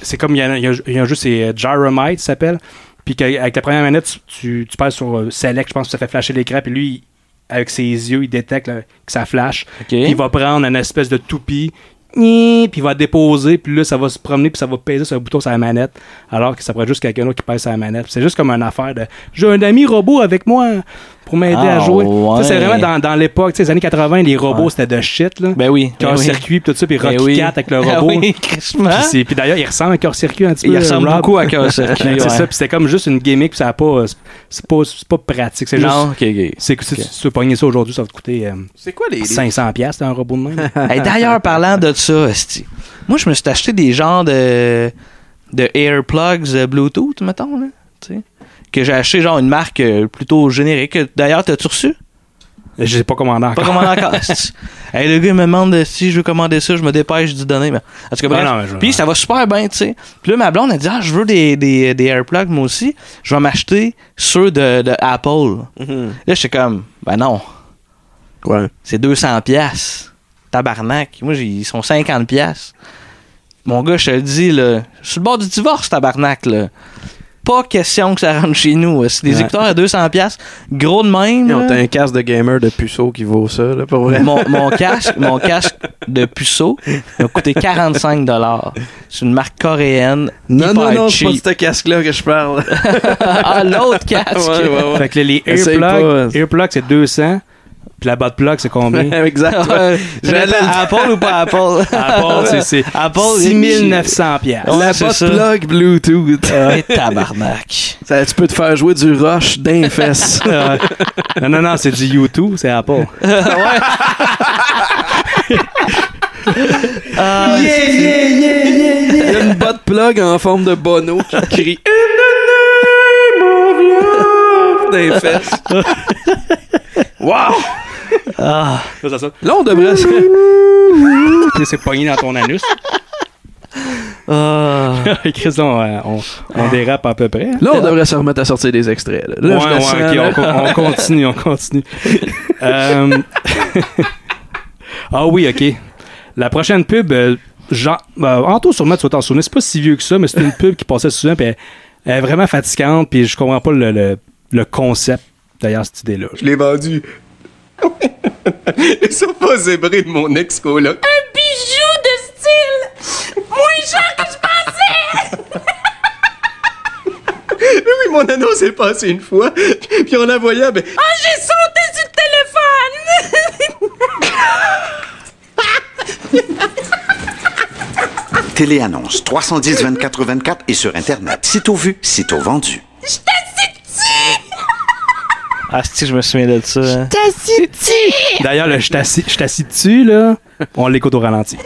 [SPEAKER 2] c'est comme il y, a, il y a- il y a un jeu c'est euh, Gyromite ça s'appelle. Puis qu'avec avec la première manette, tu, tu, tu passes sur euh, Select, je pense que ça fait flasher l'écran puis lui il- avec ses yeux, il détecte là, que ça flash. Puis il va prendre une espèce de toupie Nyi, puis il va déposer, puis là, ça va se promener, puis ça va peser sur un bouton sur la manette, alors que ça pourrait être juste quelqu'un d'autre qui pèse sur la manette. Puis C'est juste comme une affaire de « j'ai un ami robot avec moi pour m'aider
[SPEAKER 6] Ah,
[SPEAKER 2] à jouer
[SPEAKER 6] ouais.
[SPEAKER 2] Ça, c'est vraiment dans, dans l'époque, tu sais, les années 80, les robots,
[SPEAKER 6] Ouais.
[SPEAKER 2] c'était de shit, là.
[SPEAKER 6] Ben oui.
[SPEAKER 2] Cœur
[SPEAKER 6] ben oui.
[SPEAKER 2] circuit, puis tout ça, puis
[SPEAKER 6] Ben
[SPEAKER 2] Rocky
[SPEAKER 6] oui.
[SPEAKER 2] Cat avec le
[SPEAKER 6] <laughs> Ah
[SPEAKER 2] robot.
[SPEAKER 6] oui,
[SPEAKER 2] Puis
[SPEAKER 6] crissement.
[SPEAKER 2] c'est- Puis d'ailleurs, il ressemble à Cœur Circuit un petit
[SPEAKER 6] Il
[SPEAKER 2] peu.
[SPEAKER 6] ressemble
[SPEAKER 2] Rob.
[SPEAKER 6] beaucoup à Cœur Circuit,
[SPEAKER 2] Ben, <laughs>
[SPEAKER 6] ouais.
[SPEAKER 2] C'est ça, puis c'était comme juste une gimmick, puis ça a pas. euh, C'est pas, c'est pas pratique. C'est juste.
[SPEAKER 6] Non, ok, ok.
[SPEAKER 2] C'est que si
[SPEAKER 6] Ok.
[SPEAKER 2] tu- tu veux pogner ça aujourd'hui, ça va te coûter.
[SPEAKER 1] c'est quoi les.
[SPEAKER 2] 500$, piastres, un robot de
[SPEAKER 6] <laughs>
[SPEAKER 2] même.
[SPEAKER 6] Hey, D'ailleurs, parlant de ça, esti, moi, je me suis acheté des genres de, de AirPlugs euh, Bluetooth, mettons, là, tu sais, que j'ai acheté genre une marque euh, plutôt générique. D'ailleurs, t'as-tu reçu?
[SPEAKER 2] Je sais pas commandé
[SPEAKER 6] <laughs>
[SPEAKER 2] encore.
[SPEAKER 6] Pas commandé encore. hey, le gars, il me demande si je veux commander ça, je me dépêche d'y donner. Mais... En tout cas,
[SPEAKER 2] Ah
[SPEAKER 6] bref.
[SPEAKER 2] non, mais je-
[SPEAKER 6] Puis ça va super bien, tu sais. Puis là, ma blonde, elle dit Ah, je veux des, des, des AirPlugs, moi aussi. Je vais m'acheter ceux de, de Apple.
[SPEAKER 1] Ah.
[SPEAKER 6] Là, j'étais comme Ben non.
[SPEAKER 1] Mhm. Ouais.
[SPEAKER 6] C'est 200$. piastres. Tabarnak. Moi, j'ai- ils sont 50$. piastres. Mon gars, je te le dis, là, je suis le bord du divorce, tabarnak, là. Pas question que ça rentre chez nous. C'est des
[SPEAKER 1] Ouais.
[SPEAKER 6] écouteurs à 200$, piastres, gros de même.
[SPEAKER 1] Ils ont
[SPEAKER 6] là.
[SPEAKER 1] un casque de gamer de puceau qui vaut ça, là, pour vrai.
[SPEAKER 6] Mon, mon casque, mon casque de puceau m'a coûté 45 C'est une marque coréenne.
[SPEAKER 1] Non, non,
[SPEAKER 6] hyper
[SPEAKER 1] non, c'est pas de
[SPEAKER 6] cheap.
[SPEAKER 1] ce casque-là que je parle.
[SPEAKER 6] ah, l'autre casque.
[SPEAKER 1] <laughs> Ouais, ouais, ouais.
[SPEAKER 2] Fait que les
[SPEAKER 1] Essaye
[SPEAKER 2] earplugs, earplugs, c'est 200. Puis la botte plug,
[SPEAKER 1] <laughs>
[SPEAKER 2] c'est
[SPEAKER 6] <laughs>
[SPEAKER 2] combien?
[SPEAKER 1] exact.
[SPEAKER 6] Ouais.
[SPEAKER 1] J'allais
[SPEAKER 6] Ça dépend, Apple ou pas <laughs> Apple?
[SPEAKER 2] Apple, c'est- c'est
[SPEAKER 6] Apple,
[SPEAKER 2] 6900 piastres.
[SPEAKER 1] La
[SPEAKER 6] c'est
[SPEAKER 1] botte
[SPEAKER 6] ça. <laughs>
[SPEAKER 1] plug Bluetooth.
[SPEAKER 6] Eh, tabarnak.
[SPEAKER 1] Ça, tu peux te faire jouer du rush d'un <laughs> fesse.
[SPEAKER 2] Ouais. non, non, non, c'est du YouTube, c'est
[SPEAKER 6] <laughs>
[SPEAKER 2] Apple.
[SPEAKER 6] Ah,
[SPEAKER 1] Yeah, yeah, yeah,
[SPEAKER 6] c'est-
[SPEAKER 1] yeah, yeah. Il y a une botte plug en forme de bono qui crie In the name of love d'un fesse. Wow!
[SPEAKER 6] Ah.
[SPEAKER 2] Ça, ça, ça.
[SPEAKER 1] Là, on devrait se.
[SPEAKER 2] Tu sais, c'est pogné dans ton anus. Ah. <laughs> Chris, on, euh, on, on dérape à peu près. hein.
[SPEAKER 1] Là, on devrait se remettre à sortir des extraits. Là, Là,
[SPEAKER 2] ouais,
[SPEAKER 1] je
[SPEAKER 2] ouais,
[SPEAKER 1] le sens,
[SPEAKER 2] ok,
[SPEAKER 1] là.
[SPEAKER 2] on
[SPEAKER 1] <laughs>
[SPEAKER 2] co- on, continue, on continue. Euh, <laughs> ah oui, ok. La prochaine pub, euh, Jean, bah, Anto sûrement tu vas t'en souvenir, c'est pas si vieux que ça, mais
[SPEAKER 1] <laughs>
[SPEAKER 2] c'est une pub qui passait souvent, puis elle, elle est vraiment fatigante, puis je comprends pas le, le, le concept derrière cette idée-là.
[SPEAKER 12] Je l'ai vendu. Les pas zébré de mon ex-coloc.
[SPEAKER 10] Un bijou de style moins cher que je pensais.
[SPEAKER 12] Mais oui, mon annonce est passée une fois, puis en la voyant, ben...
[SPEAKER 10] Ah, j'ai sauté sur le téléphone.
[SPEAKER 13] Téléannonce 310 24 24 et sur Internet. Sitôt vu, sitôt vendu.
[SPEAKER 10] J'étais si petit.
[SPEAKER 6] Ah, si, je me souviens de ça. hein.
[SPEAKER 10] J'étais si petit.
[SPEAKER 2] D'ailleurs, le je t'assis je t'assis dessus, là, on l'écoute au ralenti.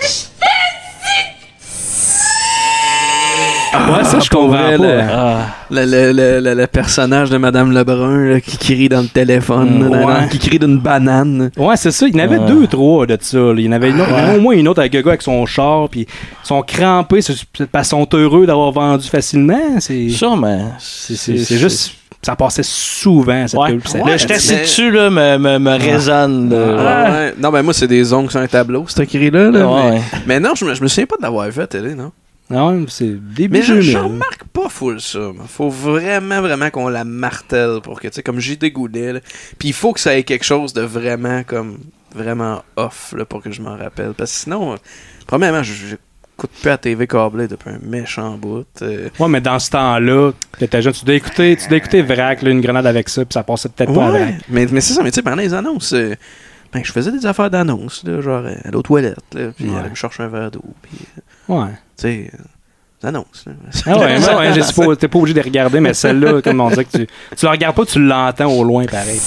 [SPEAKER 2] Ah, ouais, ça, je
[SPEAKER 1] Ah, pour
[SPEAKER 2] comprends
[SPEAKER 1] vrai,
[SPEAKER 2] pas.
[SPEAKER 1] Le,
[SPEAKER 6] Ah.
[SPEAKER 1] le- le- le- le- le personnage de Madame Lebrun là, qui crie dans le téléphone, là, dans-
[SPEAKER 2] Mm, ouais.
[SPEAKER 1] qui crie d'une banane.
[SPEAKER 2] Ouais, c'est ça. Il y en avait
[SPEAKER 1] Ah.
[SPEAKER 2] deux, trois de ça. là. Il y en avait, une autre- il y en avait au moins une autre avec le gars avec son char, puis ils sont crampés, c'est c'est parce qu'ils sont heureux d'avoir vendu facilement. C'est
[SPEAKER 6] Sûrement.
[SPEAKER 2] C'est c'est- c'est juste. Ça passait souvent, cette pub. ça-
[SPEAKER 6] Là, je t'assis dessus, là, me, me, me résonne. là.
[SPEAKER 1] Ah, ouais. Non, mais moi, c'est des ongles sur un tableau,
[SPEAKER 2] <laughs>
[SPEAKER 1] cette
[SPEAKER 2] Ah,
[SPEAKER 1] cri-là. là,
[SPEAKER 6] Ouais,
[SPEAKER 1] mais,
[SPEAKER 6] ouais.
[SPEAKER 1] mais non, je me, je me souviens pas de l'avoir fait, elle, non?
[SPEAKER 2] Non, c'est début
[SPEAKER 1] Mais je, je
[SPEAKER 2] 2000.
[SPEAKER 1] remarque pas full ça. moi. Faut vraiment, vraiment qu'on la martèle pour que, tu sais, comme j'ai dégoulet, là. Puis il faut que ça ait quelque chose de vraiment, comme, vraiment off, là, pour que je m'en rappelle. Parce que sinon, euh, premièrement, je- j'écoute plus à TV câblée depuis un méchant bout. euh.
[SPEAKER 2] Ouais, mais dans ce temps-là, t'étais jeune, tu dois écouter, tu dois écouter Vrac, là, une grenade avec ça, puis ça passait peut-être pas à
[SPEAKER 1] Ouais,
[SPEAKER 2] Vrac.
[SPEAKER 1] mais, mais c'est ça, mais tu sais, pendant les annonces, euh, ben, je faisais des affaires d'annonces, là, genre, euh, aller aux toilettes, là, puis
[SPEAKER 2] Ouais.
[SPEAKER 1] aller me chercher un verre d'eau, puis, euh,
[SPEAKER 2] Ouais.
[SPEAKER 1] tu sais, euh, des annonces, là. <laughs>
[SPEAKER 2] Ah ouais, ouais, ouais, j'ai- c'est pas- t'es pas obligé de regarder, mais celle-là, comme on disait, que tu, tu la regardes pas, tu l'entends au loin, pareil.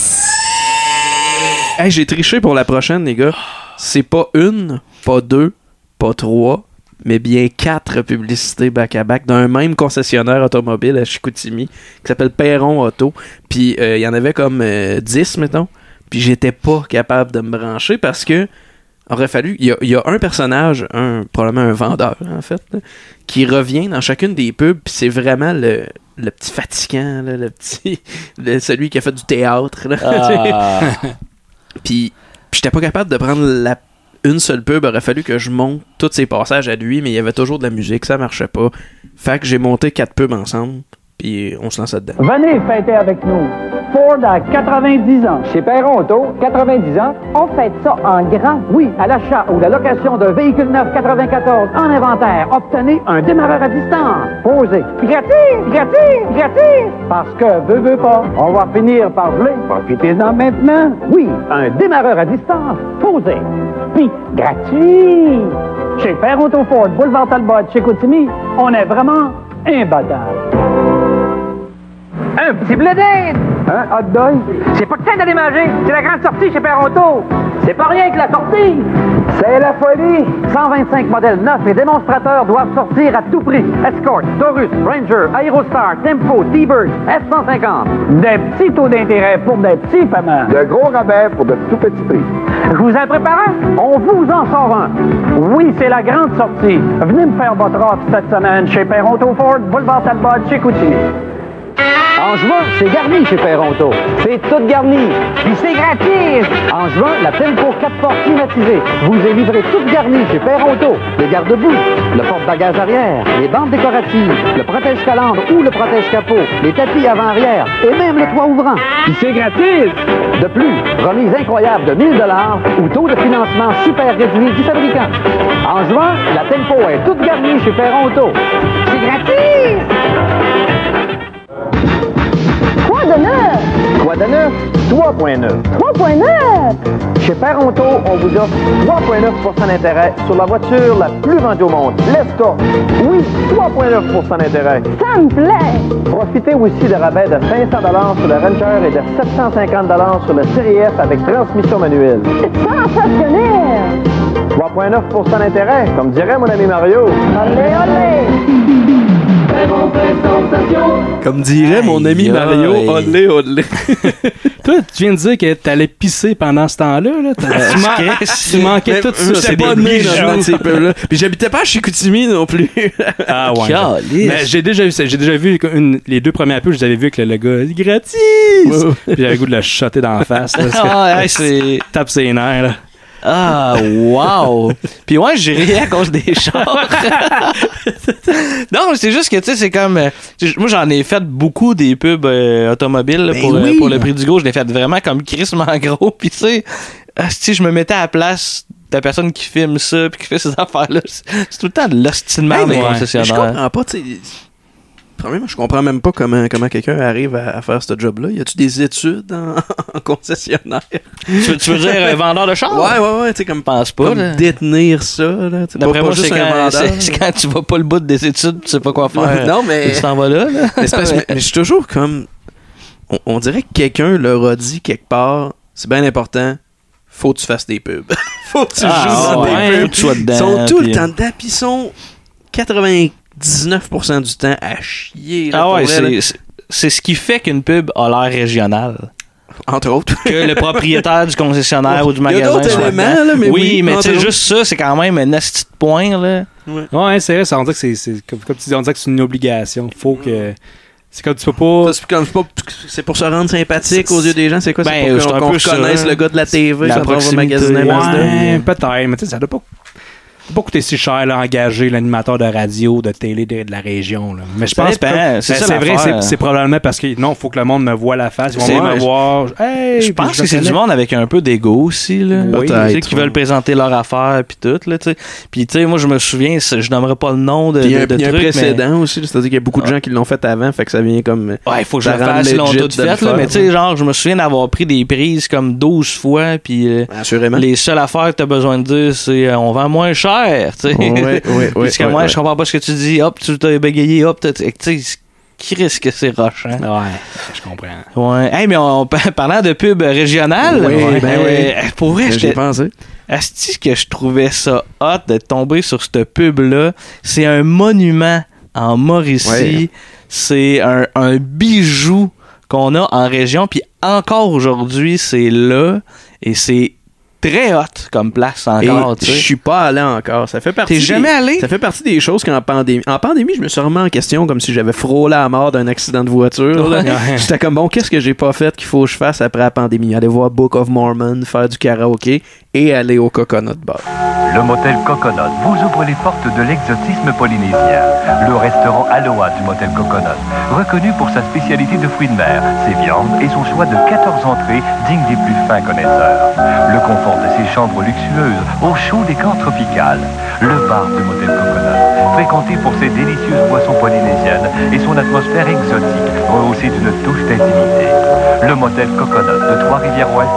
[SPEAKER 1] Hey, j'ai triché pour la prochaine, les gars. C'est pas une, pas deux, pas trois, mais bien quatre publicités back-à-back d'un même concessionnaire automobile à Chicoutimi qui s'appelle Perron Auto. Puis euh, il y en avait comme euh, 10, mettons. Puis j'étais pas capable de me brancher parce que aurait fallu. Il y a, il y a un personnage, un, probablement un vendeur, en fait, là, qui revient dans chacune des pubs, puis c'est vraiment le, le petit fatigant, là, le petit. <laughs> le- celui qui a fait du théâtre. là.
[SPEAKER 6] Ah.
[SPEAKER 1] puis puis j'étais pas capable de prendre la une seule pub, aurait fallu que je monte tous ces passages à lui, mais il y avait toujours de la musique, ça marchait pas. Fait que j'ai monté quatre pubs ensemble, puis on se lançait dedans.
[SPEAKER 4] Venez fêter avec nous. Ford à 90 ans. Chez Perron Auto, 90 ans, on fête ça en grand. Oui, à l'achat ou la location d'un véhicule neuf 94 en inventaire, obtenez un démarreur à distance. Posé. Gratis, gratis, gratis. Parce que, veux, veux pas, on va finir par geler. Profitez-en maintenant. Oui, un démarreur à distance. Posé. Puis, gratuit. Chez Perron Auto Ford, boulevard Talbot, chez Coutimi, on est vraiment imbattable. Un petit blé d'Inde, Un hot dog? C'est pas le temps d'aller manger. C'est la grande sortie chez Perronto. C'est pas rien que la sortie. C'est la folie. 125 modèles neufs et démonstrateurs doivent sortir à tout prix. Escort, Taurus, Ranger, Aerostar, Tempo, T-Bird, F-150. Des petits taux d'intérêt pour des petits paiements. De gros rabais pour de tout petits prix. Je vous en prépare un. On vous en sort un. Oui, c'est la grande sortie. Venez me faire votre offre cette semaine chez Perronto Ford, Boulevard Talbot, chez Coutini. En juin, c'est garni chez Perronto. C'est tout garni. Puis c'est gratis. En juin, la pour 4 portes climatisée. Vous est livrée toute garnie chez Perronto. Le garde-boue, le porte-bagages arrière, les bandes décoratives, le protège-calandre ou le protège-capot, les tapis avant-arrière et même le toit ouvrant. Puis c'est gratis. De plus, remise incroyable de 1000 ou taux de financement super réduit du fabricant. En juin, la Tempo est toute garnie chez Perronto. C'est gratis.
[SPEAKER 22] Quoi de neuf?
[SPEAKER 4] Quoi de neuf? 3.9.
[SPEAKER 22] 3.9!
[SPEAKER 4] Chez Paronto, on vous offre 3,9 d'intérêt sur la voiture la plus vendue au monde, l'Escorte. Oui, 3,9 d'intérêt.
[SPEAKER 22] Ça me plaît!
[SPEAKER 4] Profitez aussi de rabais de 500 sur le Ranger et de 750 sur le Series F avec transmission manuelle.
[SPEAKER 22] Sensationnel!
[SPEAKER 4] 3,9 d'intérêt, comme dirait mon ami Mario.
[SPEAKER 22] Olé, olé!
[SPEAKER 1] Comme dirait mon ami Mario,
[SPEAKER 2] aïe.
[SPEAKER 1] olé, olé.
[SPEAKER 2] Toi, tu viens de dire que t'allais pisser pendant ce temps-là. là. T'as- tu, man- <laughs> tu manquais tout ça.
[SPEAKER 1] J'étais pas né dans ces peuples-là. <laughs> Puis j'habitais pas à Chicoutimi non plus.
[SPEAKER 2] Ah ouais.
[SPEAKER 1] Calice.
[SPEAKER 2] Mais j'ai déjà vu ça. J'ai déjà vu une- les deux premiers peu, je les avais vu avec le, le gars gratis. Puis j'avais le goût de le shotter dans la face. là.
[SPEAKER 6] <laughs> Ah, ouais, c'est-
[SPEAKER 2] Tape ses nerfs là.
[SPEAKER 6] Ah, wow! Puis ouais, j'ai ri à cause
[SPEAKER 1] <laughs>
[SPEAKER 6] des chars. non, mais c'est juste que, tu sais, c'est comme... euh, tu sais, Moi, j'en ai fait beaucoup des pubs euh, automobiles là,
[SPEAKER 2] Ben
[SPEAKER 6] pour, euh,
[SPEAKER 2] oui.
[SPEAKER 6] pour le prix du gros. Je l'ai fait vraiment comme crissement <laughs> gros. Puis, tu sais, asti, je me mettais à la place de la personne qui filme ça puis qui fait ces affaires-là. C'est c'est tout le temps de l'ostinement
[SPEAKER 1] Hey,
[SPEAKER 6] de
[SPEAKER 1] mais- mais je
[SPEAKER 6] concessionnaire.
[SPEAKER 1] comprends pas, tu sais. Premièrement, je comprends même pas comment, comment quelqu'un arrive à, à faire ce job-là. Y a-tu des études en, <laughs> en concessionnaire?
[SPEAKER 6] Tu veux- tu veux dire, euh, vendeur de char?
[SPEAKER 1] Ouais, ouais, ouais. Tu sais, comme,
[SPEAKER 6] pense pas,
[SPEAKER 1] comme
[SPEAKER 6] là.
[SPEAKER 1] détenir ça, là. tu sais, pas-
[SPEAKER 6] D'après
[SPEAKER 1] pas
[SPEAKER 6] moi,
[SPEAKER 1] juste
[SPEAKER 6] c'est
[SPEAKER 1] un
[SPEAKER 6] quand,
[SPEAKER 1] vendeur.
[SPEAKER 6] c'est- c'est quand tu vas pas le bout des études, tu sais pas quoi faire.
[SPEAKER 1] Non, mais-
[SPEAKER 6] Tu t'en vas là. là.
[SPEAKER 1] <laughs> Mais, c'est parce que- mais- mais je suis toujours comme. On, on dirait que quelqu'un leur a dit quelque part, c'est bien important, faut que tu fasses des pubs. <laughs> faut que tu
[SPEAKER 6] Ah,
[SPEAKER 1] joues dans
[SPEAKER 6] ouais,
[SPEAKER 1] des
[SPEAKER 6] faut
[SPEAKER 1] pubs.
[SPEAKER 6] que tu sois dedans,
[SPEAKER 1] ils sont tout
[SPEAKER 6] puis- euh,
[SPEAKER 1] le temps dedans, puis ils sont 99% du temps à chier. là,
[SPEAKER 6] Ah
[SPEAKER 1] pour
[SPEAKER 6] ouais,
[SPEAKER 1] vrai, là.
[SPEAKER 6] c'est- c'est- c'est ce qui fait qu'une pub a l'air régionale.
[SPEAKER 1] Entre autres.
[SPEAKER 6] Que le propriétaire du concessionnaire ou du
[SPEAKER 2] Il y a
[SPEAKER 6] magasin.
[SPEAKER 2] d'autres
[SPEAKER 6] soit
[SPEAKER 2] éléments,
[SPEAKER 6] dedans.
[SPEAKER 2] là, mais oui,
[SPEAKER 6] mais tu sais,
[SPEAKER 2] entre
[SPEAKER 6] juste ça, c'est quand même un nasty de point, là.
[SPEAKER 2] Ouais, c'est vrai. Ça, on dirait que c'est, c'est- comme, comme tu dis, on dirait que c'est une obligation. Faut que. C'est comme tu peux pas.
[SPEAKER 1] <laughs> C'est comme- c'est pas- c'est pour se rendre sympathique aux yeux des gens, c'est quoi?
[SPEAKER 2] Ben,
[SPEAKER 1] C'est
[SPEAKER 2] c'est
[SPEAKER 1] pour
[SPEAKER 2] un
[SPEAKER 1] qu'on
[SPEAKER 2] peu
[SPEAKER 1] qu'on
[SPEAKER 2] ça,
[SPEAKER 1] reconnaisse
[SPEAKER 2] hein.
[SPEAKER 1] le gars de la TV,
[SPEAKER 2] la
[SPEAKER 1] ça va au
[SPEAKER 2] proximité.
[SPEAKER 1] magasin
[SPEAKER 2] Ouais, peut-être, mais tu sais, ça doit pas, ça doit pas coûter si cher, là, engager l'animateur de radio, de télé de, de la région, là. Mais je
[SPEAKER 6] Ça
[SPEAKER 2] pense
[SPEAKER 6] dépend,
[SPEAKER 2] pas-
[SPEAKER 6] c'est
[SPEAKER 2] mais
[SPEAKER 6] ça
[SPEAKER 2] vrai,
[SPEAKER 6] l'affaire.
[SPEAKER 2] c'est, c'est probablement parce que non, faut que le monde me voie la face. Ils
[SPEAKER 6] C'est-
[SPEAKER 2] vont me
[SPEAKER 6] ouais,
[SPEAKER 2] voir. Hey,
[SPEAKER 6] je
[SPEAKER 2] puis
[SPEAKER 6] pense
[SPEAKER 2] je
[SPEAKER 6] que c'est
[SPEAKER 2] connais.
[SPEAKER 6] du monde avec un peu d'ego aussi, là.
[SPEAKER 2] Oui,
[SPEAKER 6] Tu sais,
[SPEAKER 2] peut-être,
[SPEAKER 6] qui
[SPEAKER 2] ouais.
[SPEAKER 6] veulent présenter leur affaire, puis tout, là, tu sais. Puis, tu sais, moi, je me souviens, c'est- je nommerai pas le nom de,
[SPEAKER 1] Puis Il y a un,
[SPEAKER 6] de- de
[SPEAKER 1] il y a un
[SPEAKER 6] truc, mais-
[SPEAKER 1] précédent aussi, c'est-à-dire qu'il y a beaucoup de gens qui l'ont fait avant, fait que ça vient comme.
[SPEAKER 6] Ouais, il faut que je
[SPEAKER 1] ça
[SPEAKER 6] le
[SPEAKER 1] rend
[SPEAKER 6] fasse, ils l'ont
[SPEAKER 1] legit
[SPEAKER 6] tout
[SPEAKER 1] de
[SPEAKER 6] fait,
[SPEAKER 1] le
[SPEAKER 6] là,
[SPEAKER 1] faire.
[SPEAKER 6] mais tu sais, genre, je me souviens d'avoir pris des prises comme 12 fois, puis euh,
[SPEAKER 1] Hein?
[SPEAKER 6] les seules affaires que t'as besoin de dire, c'est euh, on vend moins cher, tu sais.
[SPEAKER 1] Ouais,
[SPEAKER 6] <laughs>
[SPEAKER 1] ouais,
[SPEAKER 6] Puis
[SPEAKER 1] ouais,
[SPEAKER 6] c'est
[SPEAKER 1] ouais,
[SPEAKER 6] comme, ouais,
[SPEAKER 1] ouais.
[SPEAKER 6] je comprends pas ce que tu dis, hop, tu t'es bégayé, hop, t'as- tu sais, c'est- qui risque que c'est roche, hein?
[SPEAKER 2] Ouais, je comprends.
[SPEAKER 6] Ouais. Hey, mais en <laughs> parlant de pub régionale,
[SPEAKER 1] Oui,
[SPEAKER 6] ouais, euh,
[SPEAKER 1] ben oui.
[SPEAKER 6] pour vrai,
[SPEAKER 1] J'y ai pensé.
[SPEAKER 6] Asti que je trouvais ça hot de tomber sur cette pub-là. C'est un monument en Mauricie.
[SPEAKER 1] Ouais.
[SPEAKER 6] C'est un, un bijou qu'on a en région. Puis encore aujourd'hui, c'est là. Et c'est très hot comme place
[SPEAKER 1] Et
[SPEAKER 6] encore. tu
[SPEAKER 1] je
[SPEAKER 6] sais.
[SPEAKER 1] suis pas allé encore. Ça fait partie.
[SPEAKER 6] T'es
[SPEAKER 1] des-
[SPEAKER 6] jamais allé?
[SPEAKER 1] Ça fait partie des choses qu'en pandémie. En pandémie, je me suis remis en question comme si j'avais frôlé à mort d'un accident de voiture. <laughs> là.
[SPEAKER 6] Ouais.
[SPEAKER 1] J'étais comme bon, qu'est-ce que j'ai pas fait qu'il faut que je fasse après la pandémie Aller voir Book of Mormon, faire du karaoké et aller au Coconut Bar.
[SPEAKER 14] Le motel Coconut vous ouvre les portes de l'exotisme polynésien. Le restaurant Aloha du motel Coconut, reconnu pour sa spécialité de fruits de mer, ses viandes et son choix de 14 entrées dignes des plus fins connaisseurs. Le confort de ses chambres luxueuses au chaud des camps tropicales. Le bar du motel Coconut, fréquenté pour ses délicieuses boissons polynésiennes et son atmosphère exotique rehaussée d'une touche d'intimité. Le motel Coconut de Trois-Rivières-Ouest,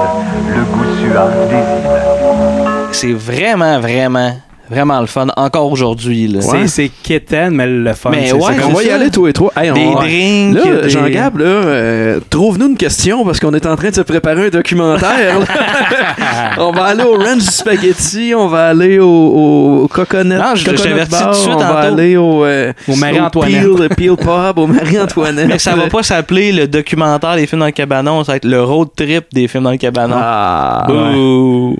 [SPEAKER 14] le goût suave des îles.
[SPEAKER 6] C'est vraiment, vraiment, Vraiment le fun, encore aujourd'hui. là.
[SPEAKER 2] C'est- C'est kitten, mais le fun.
[SPEAKER 6] Mais
[SPEAKER 2] c'est
[SPEAKER 6] ouais,
[SPEAKER 2] ça.
[SPEAKER 6] c'est
[SPEAKER 1] on va y aller tous et trois. Hey, on-
[SPEAKER 6] Des drinks,
[SPEAKER 1] Là,
[SPEAKER 6] des-
[SPEAKER 1] Jean-Gab, là, euh, trouve-nous une question parce qu'on est en train de se préparer un documentaire. là. on va aller au Ranch du Spaghetti, on va aller au, au, au Coconut.
[SPEAKER 6] Non, je- je
[SPEAKER 1] Coconut
[SPEAKER 6] t'avertis
[SPEAKER 1] Bar,
[SPEAKER 6] tout de suite
[SPEAKER 1] On va
[SPEAKER 6] tantôt.
[SPEAKER 1] aller au, euh,
[SPEAKER 6] Au Marie-Antoinette.
[SPEAKER 1] Peel, Peel Pub, au Marie-Antoinette.
[SPEAKER 6] Mais ça va pas s'appeler le documentaire des films dans le cabanon, ça va être le road trip des films dans le cabanon.
[SPEAKER 1] Ah,
[SPEAKER 6] Boum.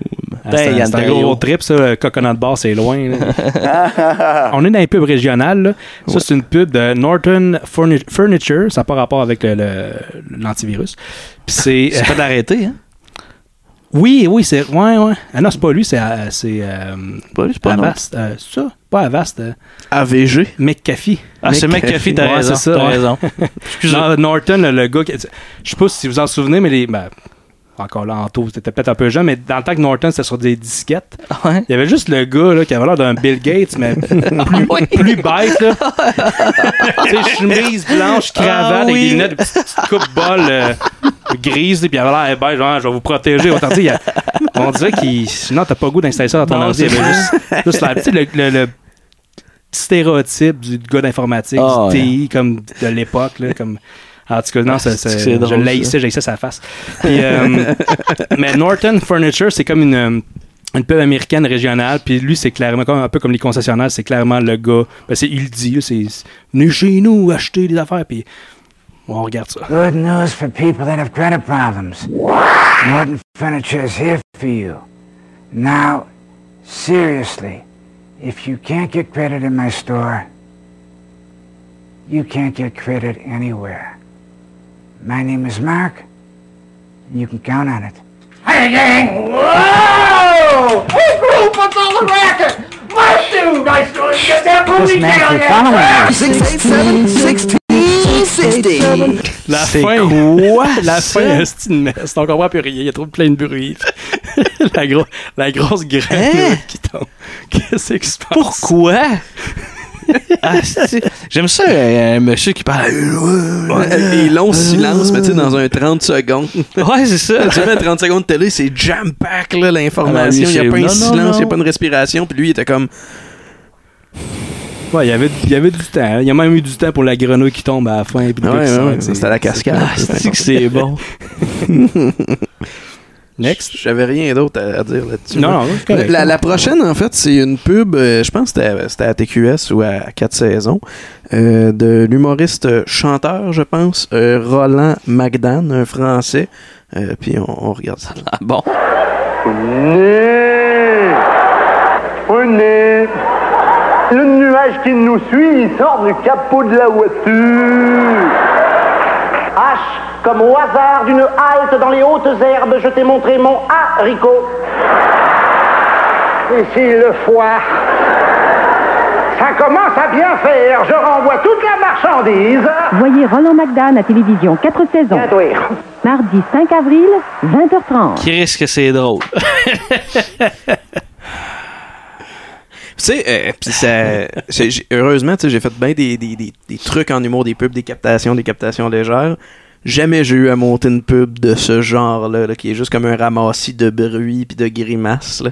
[SPEAKER 2] Ah, C'est
[SPEAKER 6] Hey,
[SPEAKER 2] un- c'est un
[SPEAKER 6] Andrea.
[SPEAKER 2] gros trip, ça. le Coconut Bar, c'est loin.
[SPEAKER 6] <laughs>
[SPEAKER 2] là. On est dans les pubs régionales. là. Ça, c'est une pub de Norton Furni- Furniture. Ça n'a pas rapport avec le- le- l'antivirus. Puis c'est.
[SPEAKER 6] C'est pas d'arrêter, hein?
[SPEAKER 2] Oui, oui, c'est. Ouais, ouais. Ah non, c'est pas lui, c'est. euh, c'est euh,
[SPEAKER 6] pas lui, c'est pas
[SPEAKER 2] Avast. euh, c'est ça? Pas Avast. euh,
[SPEAKER 1] AVG.
[SPEAKER 2] McAfee.
[SPEAKER 6] Ah, c'est McAfee, t'as
[SPEAKER 2] Ouais,
[SPEAKER 6] raison,
[SPEAKER 2] c'est ça,
[SPEAKER 6] t'as
[SPEAKER 2] ouais.
[SPEAKER 6] <laughs> raison.
[SPEAKER 2] Non, Norton, le, le gars qui. Je sais pas si vous en souvenez, mais les. ben, encore là, en tout, c'était peut-être un peu jeune, mais dans le temps que Norton, c'était sur des disquettes. Il y avait juste le gars là, qui avait l'air d'un Bill Gates, mais
[SPEAKER 6] <laughs>
[SPEAKER 2] plus, plus bête. Là. tu sais, chemise blanche, cravate,
[SPEAKER 6] Ah
[SPEAKER 2] avec
[SPEAKER 6] oui.
[SPEAKER 2] des lunettes, petite coupe bol euh, grise, puis il avait l'air bête, genre, je vais vous protéger. Autant dire, il y a- on dirait qu'il. Non, t'as pas le goût d'installer ça dans ton
[SPEAKER 6] Non,
[SPEAKER 2] ordi. Il y
[SPEAKER 6] c'est
[SPEAKER 2] avait
[SPEAKER 6] vrai.
[SPEAKER 2] juste, juste la- tu sais, le- le- le stéréotype du gars d'informatique,
[SPEAKER 6] Ah,
[SPEAKER 2] du
[SPEAKER 6] ouais.
[SPEAKER 2] TI, comme de l'époque, là, comme... Ah, En tout cas, non, ça- ça-
[SPEAKER 6] c'est- c'est
[SPEAKER 2] je
[SPEAKER 6] drôle, ça.
[SPEAKER 2] l'haïssais, j'haïssais sa face. Puis, <laughs> euh, mais Norton Furniture, c'est comme une, euh, une pub américaine régionale. Puis lui, c'est clairement, comme, un peu comme les concessionnaires, c'est clairement le gars. Ben, c'est- il le dit, là, c'est venez chez nous acheter des affaires. Puis on regarde ça.
[SPEAKER 15] Good news for people that have credit problems. Norton Furniture is here for you. Now, seriously, if you can't get credit in my store, you can't get credit anywhere. My name is Mark, and you can count on it.
[SPEAKER 10] Hey, gang! Whoa! Hey, group, what's all the racket? My dude, nice to get that booty down there.
[SPEAKER 2] La
[SPEAKER 10] C'est
[SPEAKER 2] fin,
[SPEAKER 10] quoi,
[SPEAKER 2] <laughs> la
[SPEAKER 10] ça?
[SPEAKER 2] fin, c'est une messe. On comprend plus rien. Il y a trop plein de bruit. <laughs> la, gro- la grosse graine là, qui tombe. Qu'est-ce qui se passe?
[SPEAKER 6] <laughs> Pourquoi? Ah, c'est- J'aime ça, euh, un monsieur qui parle.
[SPEAKER 1] Les longs silences, mais tu sais, dans un 30 secondes.
[SPEAKER 6] Ouais, c'est <laughs> ça.
[SPEAKER 1] tu mets 30 secondes de télé, c'est jam-pack, là,
[SPEAKER 6] Ah,
[SPEAKER 1] l'information. Il
[SPEAKER 6] lui,
[SPEAKER 1] n'y a
[SPEAKER 6] c'est-
[SPEAKER 1] pas un
[SPEAKER 6] non, non,
[SPEAKER 1] silence, il n'y a
[SPEAKER 6] non.
[SPEAKER 1] pas une respiration. Puis lui, il était comme.
[SPEAKER 2] Ouais, il y avait, il y avait du temps. hein. Il y a même eu du temps pour la grenouille qui tombe à la fin. Puis le gars
[SPEAKER 1] Ouais,
[SPEAKER 2] qui
[SPEAKER 1] ouais,
[SPEAKER 2] sort,
[SPEAKER 1] ouais,
[SPEAKER 2] c'est-
[SPEAKER 1] hein. c'était la cascade.
[SPEAKER 2] Ah, c'est que c'est bon. Next.
[SPEAKER 1] J'avais rien d'autre à à dire là-dessus.
[SPEAKER 2] Non, non, c'est correct.
[SPEAKER 1] La, la prochaine, en fait, c'est une pub, euh, je pense que c'était à- c'était à TQS ou à 4 saisons, euh, de l'humoriste euh, chanteur, je pense, euh, Roland Magdan, un Français. Euh, puis on, on regarde ça.
[SPEAKER 6] bon.
[SPEAKER 16] Prenez Prenez Le nuage qui nous suit, il sort du capot de la voiture
[SPEAKER 17] H, comme au hasard d'une halte dans les hautes herbes, je t'ai montré mon haricot.
[SPEAKER 16] Et s'il le foire Ça commence à bien faire Je renvoie toute la marchandise
[SPEAKER 18] Voyez Roland McDan à Télévision 4 saisons. Mardi 5 avril, 20h30.
[SPEAKER 6] Qu'est-ce que c'est drôle?
[SPEAKER 1] Tu sais, euh, puis ça. c'est- j'ai- heureusement, tu sais, j'ai fait bien des, des, des, des trucs en humour, des pubs, des captations, des captations légères. Jamais j'ai eu à monter une pub de ce genre-là, là, qui est juste comme un ramassis de bruit puis de grimaces. là.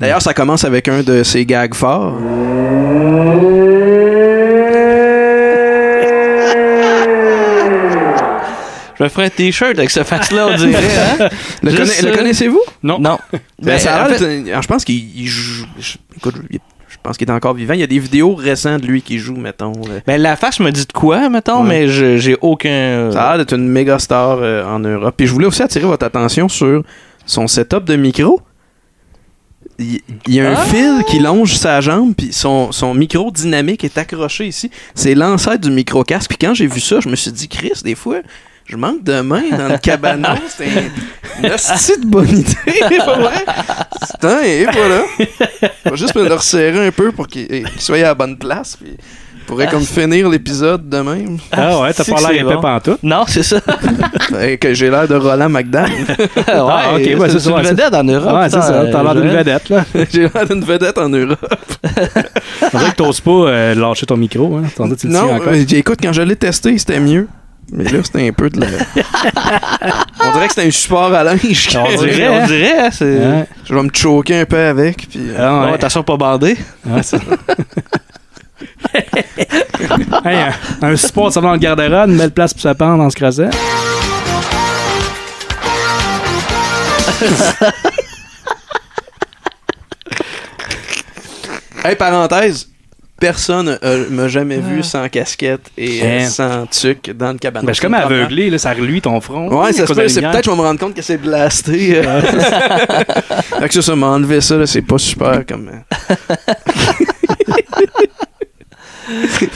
[SPEAKER 1] D'ailleurs, ça commence avec un de ses gags forts.
[SPEAKER 6] Je me ferais un t-shirt avec ce face-là,
[SPEAKER 1] <laughs>
[SPEAKER 6] on dirait. hein?
[SPEAKER 1] Le,
[SPEAKER 6] Juste
[SPEAKER 1] conna-
[SPEAKER 6] ça.
[SPEAKER 1] le connaissez-vous?
[SPEAKER 2] Non.
[SPEAKER 6] Non.
[SPEAKER 1] Ben,
[SPEAKER 6] Ben,
[SPEAKER 1] ça
[SPEAKER 6] en
[SPEAKER 1] a l'air
[SPEAKER 6] fait-
[SPEAKER 1] d'un- alors, je pense qu'il il joue. Je, écoute, je- je pense qu'il est encore vivant. Il y a des vidéos récentes de lui qui joue, mettons. euh, là.
[SPEAKER 6] Ben, la face me dit de quoi, mettons,
[SPEAKER 1] Ouais.
[SPEAKER 6] mais je- j'ai aucun.
[SPEAKER 1] Ça a l'air d'être une méga star euh, en Europe. Puis je voulais aussi attirer votre attention sur son setup de micro. Il il y a un fil qui longe sa jambe, puis son, son micro dynamique est accroché ici. C'est l'ancêtre du micro casque. Puis quand j'ai vu ça, je me suis dit, Chris, des fois, je manque de main dans le cabanon. C'était une- une hostie de bonne idée, pour vrai. Putain, et voilà. Faut juste me le resserrer un peu pour qu'il qu'il soit à la bonne place. Puis je pourrais comme finir l'épisode de même.
[SPEAKER 2] Ah ouais, t'as pas l'air épais pantoute.
[SPEAKER 6] Non, c'est ça.
[SPEAKER 1] Fait euh, que j'ai l'air de Roland McDan.
[SPEAKER 6] <laughs> Ah, ok, ouais, c'est une
[SPEAKER 1] ouais,
[SPEAKER 6] vedette en Europe.
[SPEAKER 2] Ah,
[SPEAKER 1] Ouais, c'est
[SPEAKER 6] putain,
[SPEAKER 1] ça, t'as
[SPEAKER 6] euh,
[SPEAKER 1] l'air d'une
[SPEAKER 6] Joël.
[SPEAKER 1] vedette,
[SPEAKER 2] <laughs>
[SPEAKER 1] là. <laughs> j'ai l'air d'une vedette en Europe.
[SPEAKER 2] Ah, On dirait que t'oses pas euh, lâcher ton micro. Hein. T'en dis, tu le tiens
[SPEAKER 1] Non,
[SPEAKER 2] encore.
[SPEAKER 1] euh, écoute, quand je l'ai testé, c'était mieux. Mais là, c'était un peu de la...
[SPEAKER 2] <laughs>
[SPEAKER 1] On dirait que c'était un support à linge.
[SPEAKER 6] On dirait, on dirait, hein, c'est-
[SPEAKER 1] Je vais me choquer un peu avec. Puis, euh.
[SPEAKER 6] Ah, ouais, t'as pas bandé.
[SPEAKER 2] Ah, <laughs> Hey, un, un support, ça va dans le garde-robe, une belle place pour se pendre en se croisant. Ah.
[SPEAKER 1] Hey, parenthèse, personne euh, m'a jamais vu sans casquette et euh,
[SPEAKER 2] Hein.
[SPEAKER 1] sans tuc dans le cabanon.
[SPEAKER 2] Ben, je suis comme aveuglé, là, ça reluit ton front.
[SPEAKER 1] Ouais, ça se
[SPEAKER 2] À cause de
[SPEAKER 1] peut,
[SPEAKER 2] la
[SPEAKER 1] c'est
[SPEAKER 2] lumière.
[SPEAKER 1] peut-être que je vais me rendre compte que c'est blasté.
[SPEAKER 2] Ah.
[SPEAKER 1] euh. <laughs> fait que ça, ça m'a enlevé ça, là, c'est pas super comme. euh.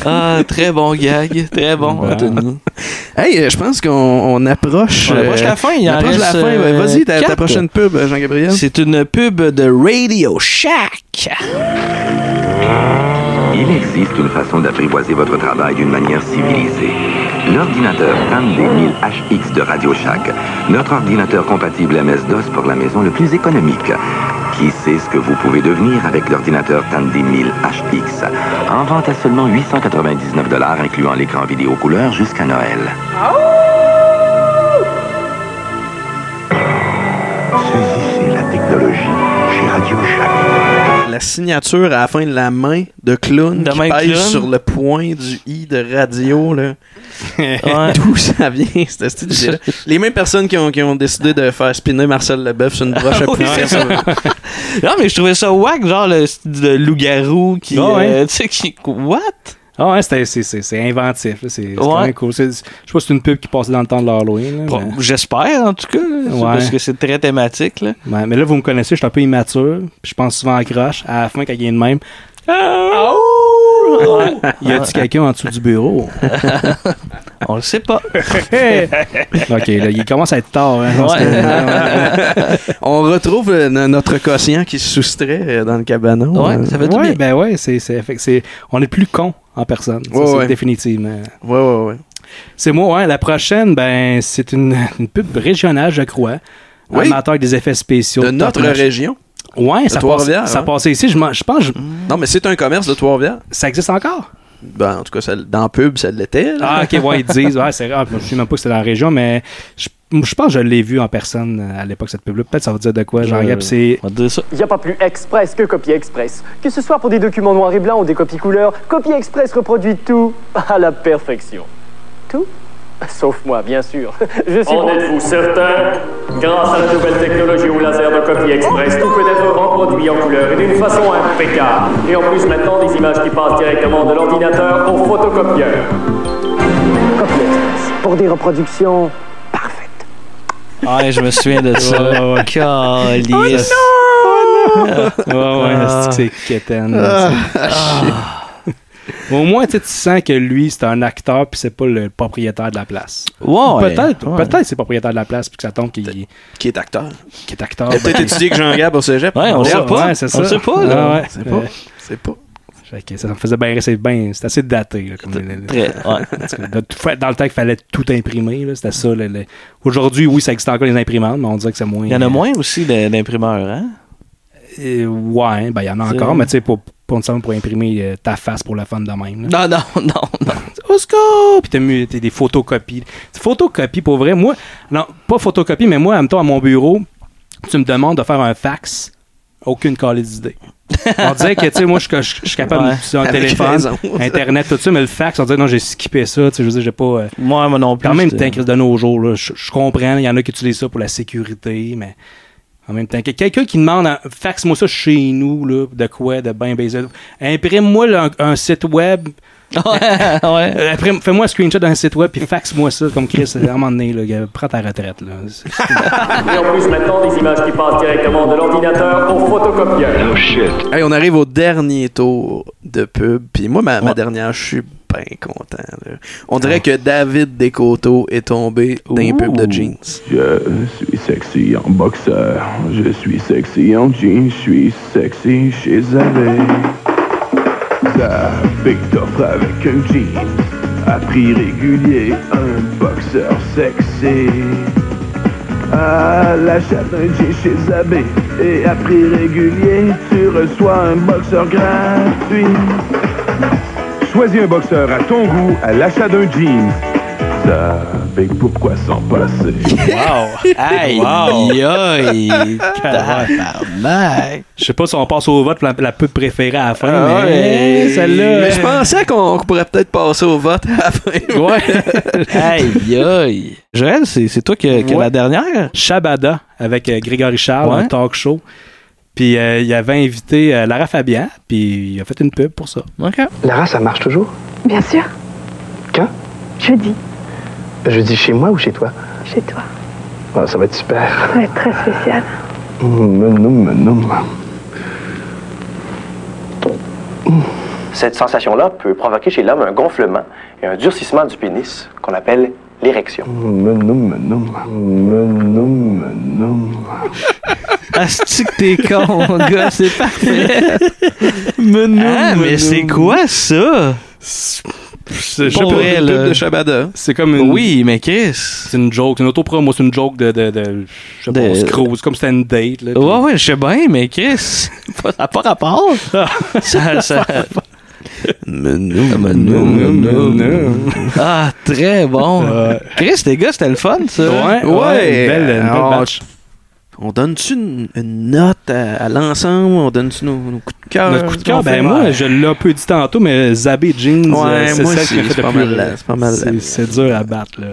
[SPEAKER 6] Ah, très bon gag, très bon, Anthony.
[SPEAKER 1] Hey, euh, je pense qu'on on approche. euh,
[SPEAKER 6] On approche
[SPEAKER 2] Euh,
[SPEAKER 6] la fin, il
[SPEAKER 1] on
[SPEAKER 6] en
[SPEAKER 1] approche la
[SPEAKER 6] reste,
[SPEAKER 1] fin. ouais.
[SPEAKER 6] euh,
[SPEAKER 1] Vas-y, ta, ta
[SPEAKER 6] quatre.
[SPEAKER 1] prochaine pub, euh,
[SPEAKER 2] Hein?
[SPEAKER 1] Jean-Gabriel.
[SPEAKER 6] C'est une pub de Radio Shack.
[SPEAKER 3] Il existe une façon d'apprivoiser votre travail d'une manière civilisée. L'ordinateur TAMD1000HX de Radio Shack, notre ordinateur compatible MS-DOS pour la maison le plus économique. Qui sait ce que vous pouvez devenir avec l'ordinateur TAMD1000HX En vente à seulement 899 incluant l'écran vidéo couleur jusqu'à Noël. Saisissez la technologie chez Radio Shack.
[SPEAKER 1] La signature à la fin de la main de clown
[SPEAKER 6] De
[SPEAKER 1] qui
[SPEAKER 6] main de
[SPEAKER 1] pèse
[SPEAKER 6] clown.
[SPEAKER 1] sur le point du i de radio. Là.
[SPEAKER 6] Ouais.
[SPEAKER 1] <laughs> D'où ça vient,
[SPEAKER 6] <laughs>
[SPEAKER 1] cette cette idée-là? Les mêmes personnes qui ont, qui ont décidé de faire spinner Marcel Leboeuf sur une broche à
[SPEAKER 6] Ah Oui,
[SPEAKER 1] poussière,
[SPEAKER 6] c'est
[SPEAKER 1] ça
[SPEAKER 6] ça.
[SPEAKER 1] va-
[SPEAKER 6] <laughs> non, mais je trouvais ça whack, genre le, le loup-garou qui.
[SPEAKER 2] Ah ouais.
[SPEAKER 6] euh, tu sais, qui. What?
[SPEAKER 2] Ah ouais, c'était- c'est- c'est c'est inventif. là, C'est c'est quand
[SPEAKER 6] Ouais.
[SPEAKER 2] même cool. C'est- Je sais pas si c'est une pub qui passe dans le temps de l'Halloween. là,
[SPEAKER 6] Bon,
[SPEAKER 2] mais-
[SPEAKER 6] J'espère, en tout cas. là,
[SPEAKER 2] Ouais.
[SPEAKER 6] Parce que c'est très thématique, là.
[SPEAKER 2] Ouais, mais là, vous me connaissez, je suis un peu immature. puis Je pense souvent à croche. À la fin, quand il y a une même,
[SPEAKER 6] Ouais.
[SPEAKER 1] Ah!
[SPEAKER 2] <laughs> y a-tu quelqu'un en dessous du bureau?
[SPEAKER 6] On le sait pas.
[SPEAKER 2] ok, là, il commence à être tard. hein, parce que- euh,
[SPEAKER 1] On retrouve euh, no- notre quotient qui se soustrait euh, dans le cabanon.
[SPEAKER 2] Ouais,
[SPEAKER 1] Euh,
[SPEAKER 2] ouais, ben ouais, c'est, c'est, fait que c'est- on est plus con en personne. Ça,
[SPEAKER 1] Ouais,
[SPEAKER 2] c'est
[SPEAKER 1] ouais.
[SPEAKER 2] définitivement.
[SPEAKER 1] Ouais, ouais, ouais.
[SPEAKER 2] C'est moi, ouais. La prochaine, ben, c'est une, une pub régionale, je crois.
[SPEAKER 1] Oui.
[SPEAKER 2] Amateur des effets spéciaux.
[SPEAKER 1] De notre
[SPEAKER 2] Top-notch.
[SPEAKER 1] région.
[SPEAKER 2] Ouais,
[SPEAKER 1] De
[SPEAKER 2] ça passe,
[SPEAKER 1] Trois-Rivières,
[SPEAKER 2] ça
[SPEAKER 1] hein? Mm.
[SPEAKER 2] passait ici. Je, m'en- je pense, je-
[SPEAKER 1] Non, mais c'est un commerce de Trois-Rivières.
[SPEAKER 2] ça existe encore.
[SPEAKER 1] Ben, en tout cas, ça- dans pub, ça l'était. là.
[SPEAKER 2] Ah, ok, ouais, ils disent. Ouais, c'est rare. Je sais même pas que c'est dans la région, mais je, je pense que je l'ai vu en personne euh, à l'époque, cette pub-là. Peut-être ça va dire de quoi, jean
[SPEAKER 6] Euh,
[SPEAKER 2] gab c'est.
[SPEAKER 5] Il n'y a pas plus express que copie express. Que ce soit pour des documents noirs et blancs ou des copies couleurs, copie express reproduit tout à la perfection. Tout Sauf moi, bien sûr. <laughs> Je suis
[SPEAKER 7] En
[SPEAKER 5] bon-
[SPEAKER 7] êtes-vous certain Grâce à la nouvelle technologie au laser de copie express, tout peut être reproduit en couleur et d'une façon impeccable. Et en plus maintenant, des images qui passent directement de l'ordinateur au photocopieur.
[SPEAKER 5] Copie express. Pour des reproductions.
[SPEAKER 6] Ouais, Ah, je me souviens de
[SPEAKER 2] Ouais, Oh
[SPEAKER 6] ça. Calice.
[SPEAKER 2] Ouais, ouais,
[SPEAKER 6] Ah.
[SPEAKER 2] c'est que c'est quétaine,
[SPEAKER 6] Ah,
[SPEAKER 2] c'est- Au moins, tu sais, tu sens que lui, c'est un acteur puis c'est pas le propriétaire de la place. Ou Peut-être,
[SPEAKER 6] Ah, ouais.
[SPEAKER 2] peut-être c'est le propriétaire de la place puis que ça tombe qu'il
[SPEAKER 6] Ah.
[SPEAKER 1] Qui est acteur.
[SPEAKER 2] Qui est acteur.
[SPEAKER 1] Il a peut-être
[SPEAKER 2] ben-
[SPEAKER 1] étudié que Jean-Gab au cégep.
[SPEAKER 2] Ouais, on
[SPEAKER 1] D'ailleurs,
[SPEAKER 2] sait pas.
[SPEAKER 1] ouais, c'est ça.
[SPEAKER 2] On sait pas, là.
[SPEAKER 1] Ouais, c'est pas.
[SPEAKER 2] Euh,
[SPEAKER 1] C'est pas.
[SPEAKER 2] Fait que ça me faisait bien rire, c'est bien, c'est assez daté. Là, comme le- le-
[SPEAKER 6] très, ouais.
[SPEAKER 2] Parce que de tout fait- dans le temps qu'il fallait tout imprimer, là, c'était ça. le- le- Aujourd'hui, oui, ça existe encore les imprimantes, mais on dirait que c'est moins.
[SPEAKER 6] Il y en a moins aussi de- d'imprimeurs, hein?
[SPEAKER 2] Euh, ouais, ben il y en a
[SPEAKER 6] C'est-
[SPEAKER 2] encore, mais tu sais, pour, pour une somme, pour imprimer euh, ta face pour la fun de même. là.
[SPEAKER 6] Non, non, non, non.
[SPEAKER 2] Au secours! Puis t'as mis t'as des photocopies. Photocopie, pour vrai, moi, non, pas photocopie, mais moi, en même temps, à mon bureau, tu me demandes de faire un fax, aucune calée d'idée. On dirait que, tu sais, moi, je je- je suis capable
[SPEAKER 6] Ouais.
[SPEAKER 2] d'utiliser un
[SPEAKER 6] Avec
[SPEAKER 2] téléphone,
[SPEAKER 6] raison.
[SPEAKER 2] Internet, tout ça, mais le fax, on dirait, non, j'ai skippé ça, tu sais, je veux dire, j'ai pas. euh,
[SPEAKER 6] Moi, moi non plus.
[SPEAKER 2] quand même,
[SPEAKER 6] c'était-
[SPEAKER 2] t'inquiète de nos jours, là, je je comprends, il y en a qui utilisent ça pour la sécurité, mais. En même temps, que- quelqu'un qui demande un- fax-moi ça chez nous, là, de quoi, de ben baiser. Imprime-moi là, un, un site web.
[SPEAKER 6] <laughs>
[SPEAKER 2] Euh, imprime- Fais-moi un screenshot d'un site web puis fax-moi ça comme Chris. À un moment donné, là, gars, prends ta retraite. Là. C'est-
[SPEAKER 7] Et en plus maintenant, des images qui passent directement de l'ordinateur au photocopieur.
[SPEAKER 1] Hey, on arrive au dernier tour de pub. Puis moi, ma, ma dernière, je suis bien content. là. On
[SPEAKER 2] Ah.
[SPEAKER 1] dirait que David Descoteaux est tombé dans les pubs de jeans.
[SPEAKER 8] Je suis sexy en boxeur. Je suis sexy en jean. Je suis sexy chez Zavé. Zavé t'offre avec un jean. À prix régulier, un boxeur sexy. À l'achat d'un jean chez Zabé et à prix régulier, tu reçois un boxeur gratuit. Choisis un boxeur à ton goût à l'achat d'un jean. savez pourquoi s'en passer.
[SPEAKER 2] Wow!
[SPEAKER 8] Aïe,
[SPEAKER 2] Wow.
[SPEAKER 8] aïe,
[SPEAKER 6] Ah.
[SPEAKER 2] Tabarnak! Je sais pas si on passe au vote pour la, la pub préférée à la fin,
[SPEAKER 1] Ah
[SPEAKER 2] mais
[SPEAKER 1] ouais.
[SPEAKER 2] celle-là.
[SPEAKER 1] Mais je pensais qu'on pourrait peut-être passer au vote à la fin.
[SPEAKER 6] Aïe, aïe. Joël, c'est c'est toi qui as qui as
[SPEAKER 2] Ouais.
[SPEAKER 6] la dernière?
[SPEAKER 2] Shabada avec euh, Grégory Charles,
[SPEAKER 6] Ouais.
[SPEAKER 2] un talk show. Puis euh, il avait invité euh, Lara Fabian, puis il a fait une pub pour ça.
[SPEAKER 6] Ah,
[SPEAKER 19] Lara, ça marche toujours
[SPEAKER 20] Bien sûr,
[SPEAKER 19] Quand
[SPEAKER 20] jeudi,
[SPEAKER 19] Je dis chez moi ou chez toi
[SPEAKER 20] chez toi.
[SPEAKER 19] Ah, Ça va être super.
[SPEAKER 20] Ça va être très spécial.
[SPEAKER 19] Noum, noum, noum.
[SPEAKER 17] Cette sensation-là peut provoquer chez l'homme un gonflement et un durcissement du pénis qu'on appelle l'érection.
[SPEAKER 19] Noum, noum, noum. Noum, noum, noum.
[SPEAKER 6] Asti que t'es con,
[SPEAKER 2] <laughs>
[SPEAKER 6] mon gars, c'est parfait. ah, mais c'est quoi ça?
[SPEAKER 2] C'est
[SPEAKER 6] Pour vrai,
[SPEAKER 2] une pub
[SPEAKER 6] là.
[SPEAKER 2] de Shabada. C'est comme une. Oui, mais Chris. C'est une joke, c'est une autopromo, c'est une joke de. de, de je sais pas, on se croise, comme c'était une date. Là,
[SPEAKER 6] Ouais, ouais, je sais bien, mais Chris, <laughs> ça n'a pas rapport. <laughs> ça, ça... Ah, très bon. Chris, les gars, c'était le fun, ça.
[SPEAKER 1] Ouais, on- On donne-tu une, une note à, à l'ensemble? On donne-tu nos, nos coups de cœur?
[SPEAKER 2] Notre coup de
[SPEAKER 1] Ce qu'on
[SPEAKER 2] cœur, ben
[SPEAKER 1] fait?
[SPEAKER 2] moi,
[SPEAKER 1] Ouais.
[SPEAKER 2] je l'ai un peu dit tantôt, mais Zabé Jeans,
[SPEAKER 1] Ouais,
[SPEAKER 2] euh, c'est
[SPEAKER 1] moi
[SPEAKER 2] celle
[SPEAKER 1] aussi,
[SPEAKER 2] qui m'a fait
[SPEAKER 1] c'est
[SPEAKER 2] le
[SPEAKER 1] pas
[SPEAKER 2] plus
[SPEAKER 1] mal
[SPEAKER 2] rire.
[SPEAKER 1] là, c'est pas mal là.
[SPEAKER 2] C'est- C'est dur à battre, là.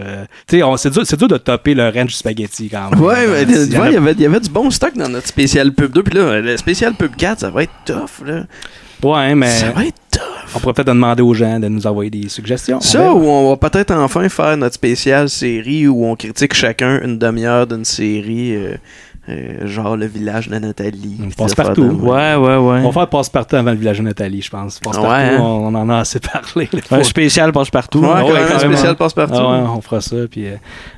[SPEAKER 2] Tu sais, on- c'est dur, c'est dur de topper le ranch spaghetti quand même.
[SPEAKER 1] Ouais, mais
[SPEAKER 2] Il y en a
[SPEAKER 1] ouais, il y, avait, il y avait du bon stock dans notre spécial pub 2. Puis là, le spécial pub 4, ça va être tough. Là.
[SPEAKER 2] Ouais, mais.
[SPEAKER 1] Ça va
[SPEAKER 2] On pourrait peut-être demander aux gens de nous envoyer des suggestions.
[SPEAKER 1] Ça, ou on va peut-être enfin faire notre spécial série où on critique chacun une demi-heure d'une série, euh, euh, genre le village de Nathalie. puis
[SPEAKER 2] passe
[SPEAKER 1] des affaires
[SPEAKER 2] partout.
[SPEAKER 1] de même.
[SPEAKER 6] ouais, ouais.
[SPEAKER 2] On va faire passe-partout avant le village de Nathalie, je pense. Passe-partout,
[SPEAKER 1] Ouais, hein.
[SPEAKER 2] on, on en a assez parlé. là.
[SPEAKER 6] Un spécial passe-partout.
[SPEAKER 2] Ah
[SPEAKER 6] Ouais,
[SPEAKER 2] quand
[SPEAKER 6] un
[SPEAKER 2] même,
[SPEAKER 6] spécial
[SPEAKER 2] hein.
[SPEAKER 6] passe-partout.
[SPEAKER 2] Ah ouais, on fera ça. Puis, euh,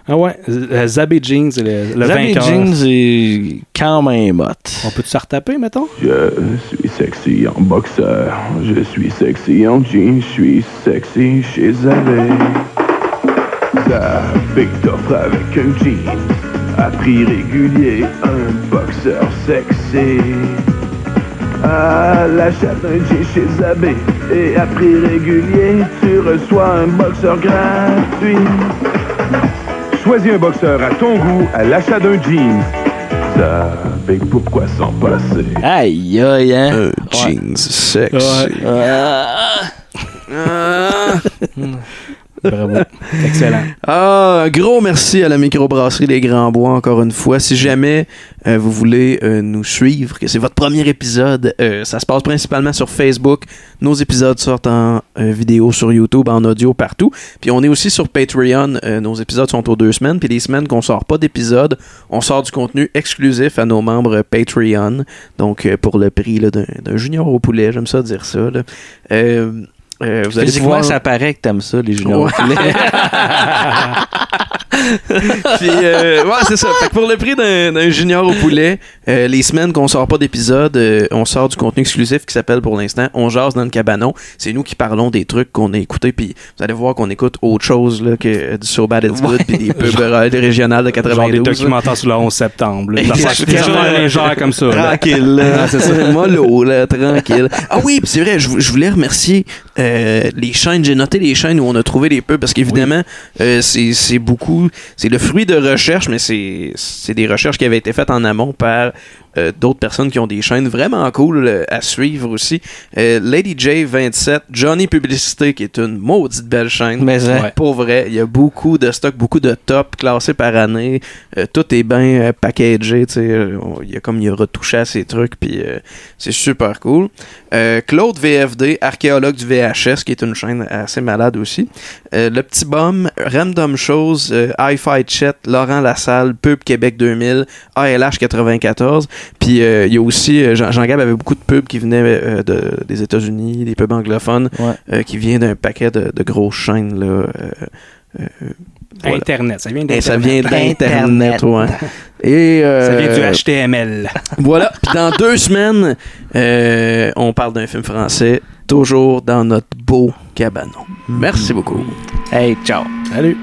[SPEAKER 2] ah ouais, Z- euh, Zabé Jeans, le, le
[SPEAKER 6] Zabé
[SPEAKER 2] vainqueur.
[SPEAKER 6] Jeans est quand même hot.
[SPEAKER 2] On peut-tu se retaper, mettons?
[SPEAKER 8] Je suis sexy en boxeur. Je suis sexy en jean. Je suis sexy chez Zavé. Zavé t'offre avec un jean. À prix régulier, un boxeur sexy. À l'achat d'un jean chez Zabé et à prix régulier, tu reçois un boxeur gratuit. Choisis un boxeur à ton goût à l'achat d'un jean. Savez pourquoi s'en passer?
[SPEAKER 6] Aïe, aïe, hein.
[SPEAKER 1] Euh, Jeans sexy.
[SPEAKER 2] Bravo. Excellent.
[SPEAKER 1] Ah, un gros merci à la microbrasserie Les Grands Bois encore une fois. Si jamais euh, vous voulez euh, nous suivre, que c'est votre premier épisode, euh, ça se passe principalement sur Facebook. Nos épisodes sortent en euh, vidéo sur YouTube, en audio partout. Puis on est aussi sur Patreon. Euh, nos épisodes sont aux deux semaines. Puis les semaines qu'on sort pas d'épisodes, on sort du contenu exclusif à nos membres euh, Patreon. Donc euh, pour le prix là, d'un d'un junior au poulet, j'aime ça dire ça. là. Euh, euh, vous allez
[SPEAKER 6] Physiquement,
[SPEAKER 1] pouvoir-
[SPEAKER 6] ça paraît que t'aimes ça, les juniors.
[SPEAKER 1] Ouais. <laughs> Puis, euh, ouais, c'est ça. Fait que pour le prix d'un d'un junior au poulet, euh, les semaines qu'on sort pas d'épisode, euh, on sort du contenu exclusif qui s'appelle pour l'instant On jase dans le cabanon. C'est nous qui parlons des trucs qu'on a écoutés. Puis vous allez voir qu'on écoute autre chose là, que euh, du So Bad It's Good puis des pubs euh, régionales de
[SPEAKER 2] Genre
[SPEAKER 1] 92.
[SPEAKER 2] des
[SPEAKER 1] là.
[SPEAKER 2] documentaires sur le 11 septembre. là. Ça
[SPEAKER 1] Exactement.
[SPEAKER 2] quelque chose de légère comme ça. là.
[SPEAKER 1] Tranquille, là.
[SPEAKER 2] Ah, c'est ça.
[SPEAKER 1] <laughs> Mollo, là, tranquille. Ah oui, puis c'est vrai, je, vou- je voulais remercier euh, les chaînes. J'ai noté les chaînes où on a trouvé les pubs parce qu'évidemment, euh, c'est c'est beaucoup. C'est le fruit de recherches, mais c'est c'est des recherches qui avaient été faites en amont par euh, d'autres personnes qui ont des chaînes vraiment cool euh, à suivre aussi. Euh, Lady J27, Johnny Publicité, qui est une maudite belle chaîne.
[SPEAKER 6] Mais, hein.
[SPEAKER 1] Ouais. Pour vrai, il y a beaucoup de stocks, beaucoup de tops classés par année. Euh, tout est bien euh, packagé. tu sais. Euh, on- Il y a comme il a retouché à ces trucs, puis euh, c'est super cool. Euh, Claude VFD, archéologue du VHS, qui est une chaîne assez malade aussi. Euh, Le Petit Bum, Random Shows, euh, Hi-Fi Chat, Laurent Lassalle, Pub Québec 2000, ALH 94. Puis euh, il y a aussi, euh, Jean- Jean-Gab avait beaucoup de pubs qui venaient euh, de- des États-Unis, des pubs anglophones, euh, qui viennent d'un paquet de, de grosses chaînes. Là, euh, euh, voilà.
[SPEAKER 2] Internet, ça vient
[SPEAKER 1] Et
[SPEAKER 2] d'Internet.
[SPEAKER 1] Ça vient d'Internet, ouais. Et,
[SPEAKER 2] Ça vient du
[SPEAKER 1] euh,
[SPEAKER 2] HTML.
[SPEAKER 1] voilà. Puis dans
[SPEAKER 2] <laughs>
[SPEAKER 1] deux semaines, euh, on parle d'un film français, toujours dans notre beau cabanon. Merci beaucoup.
[SPEAKER 6] Hey, ciao.
[SPEAKER 2] Salut.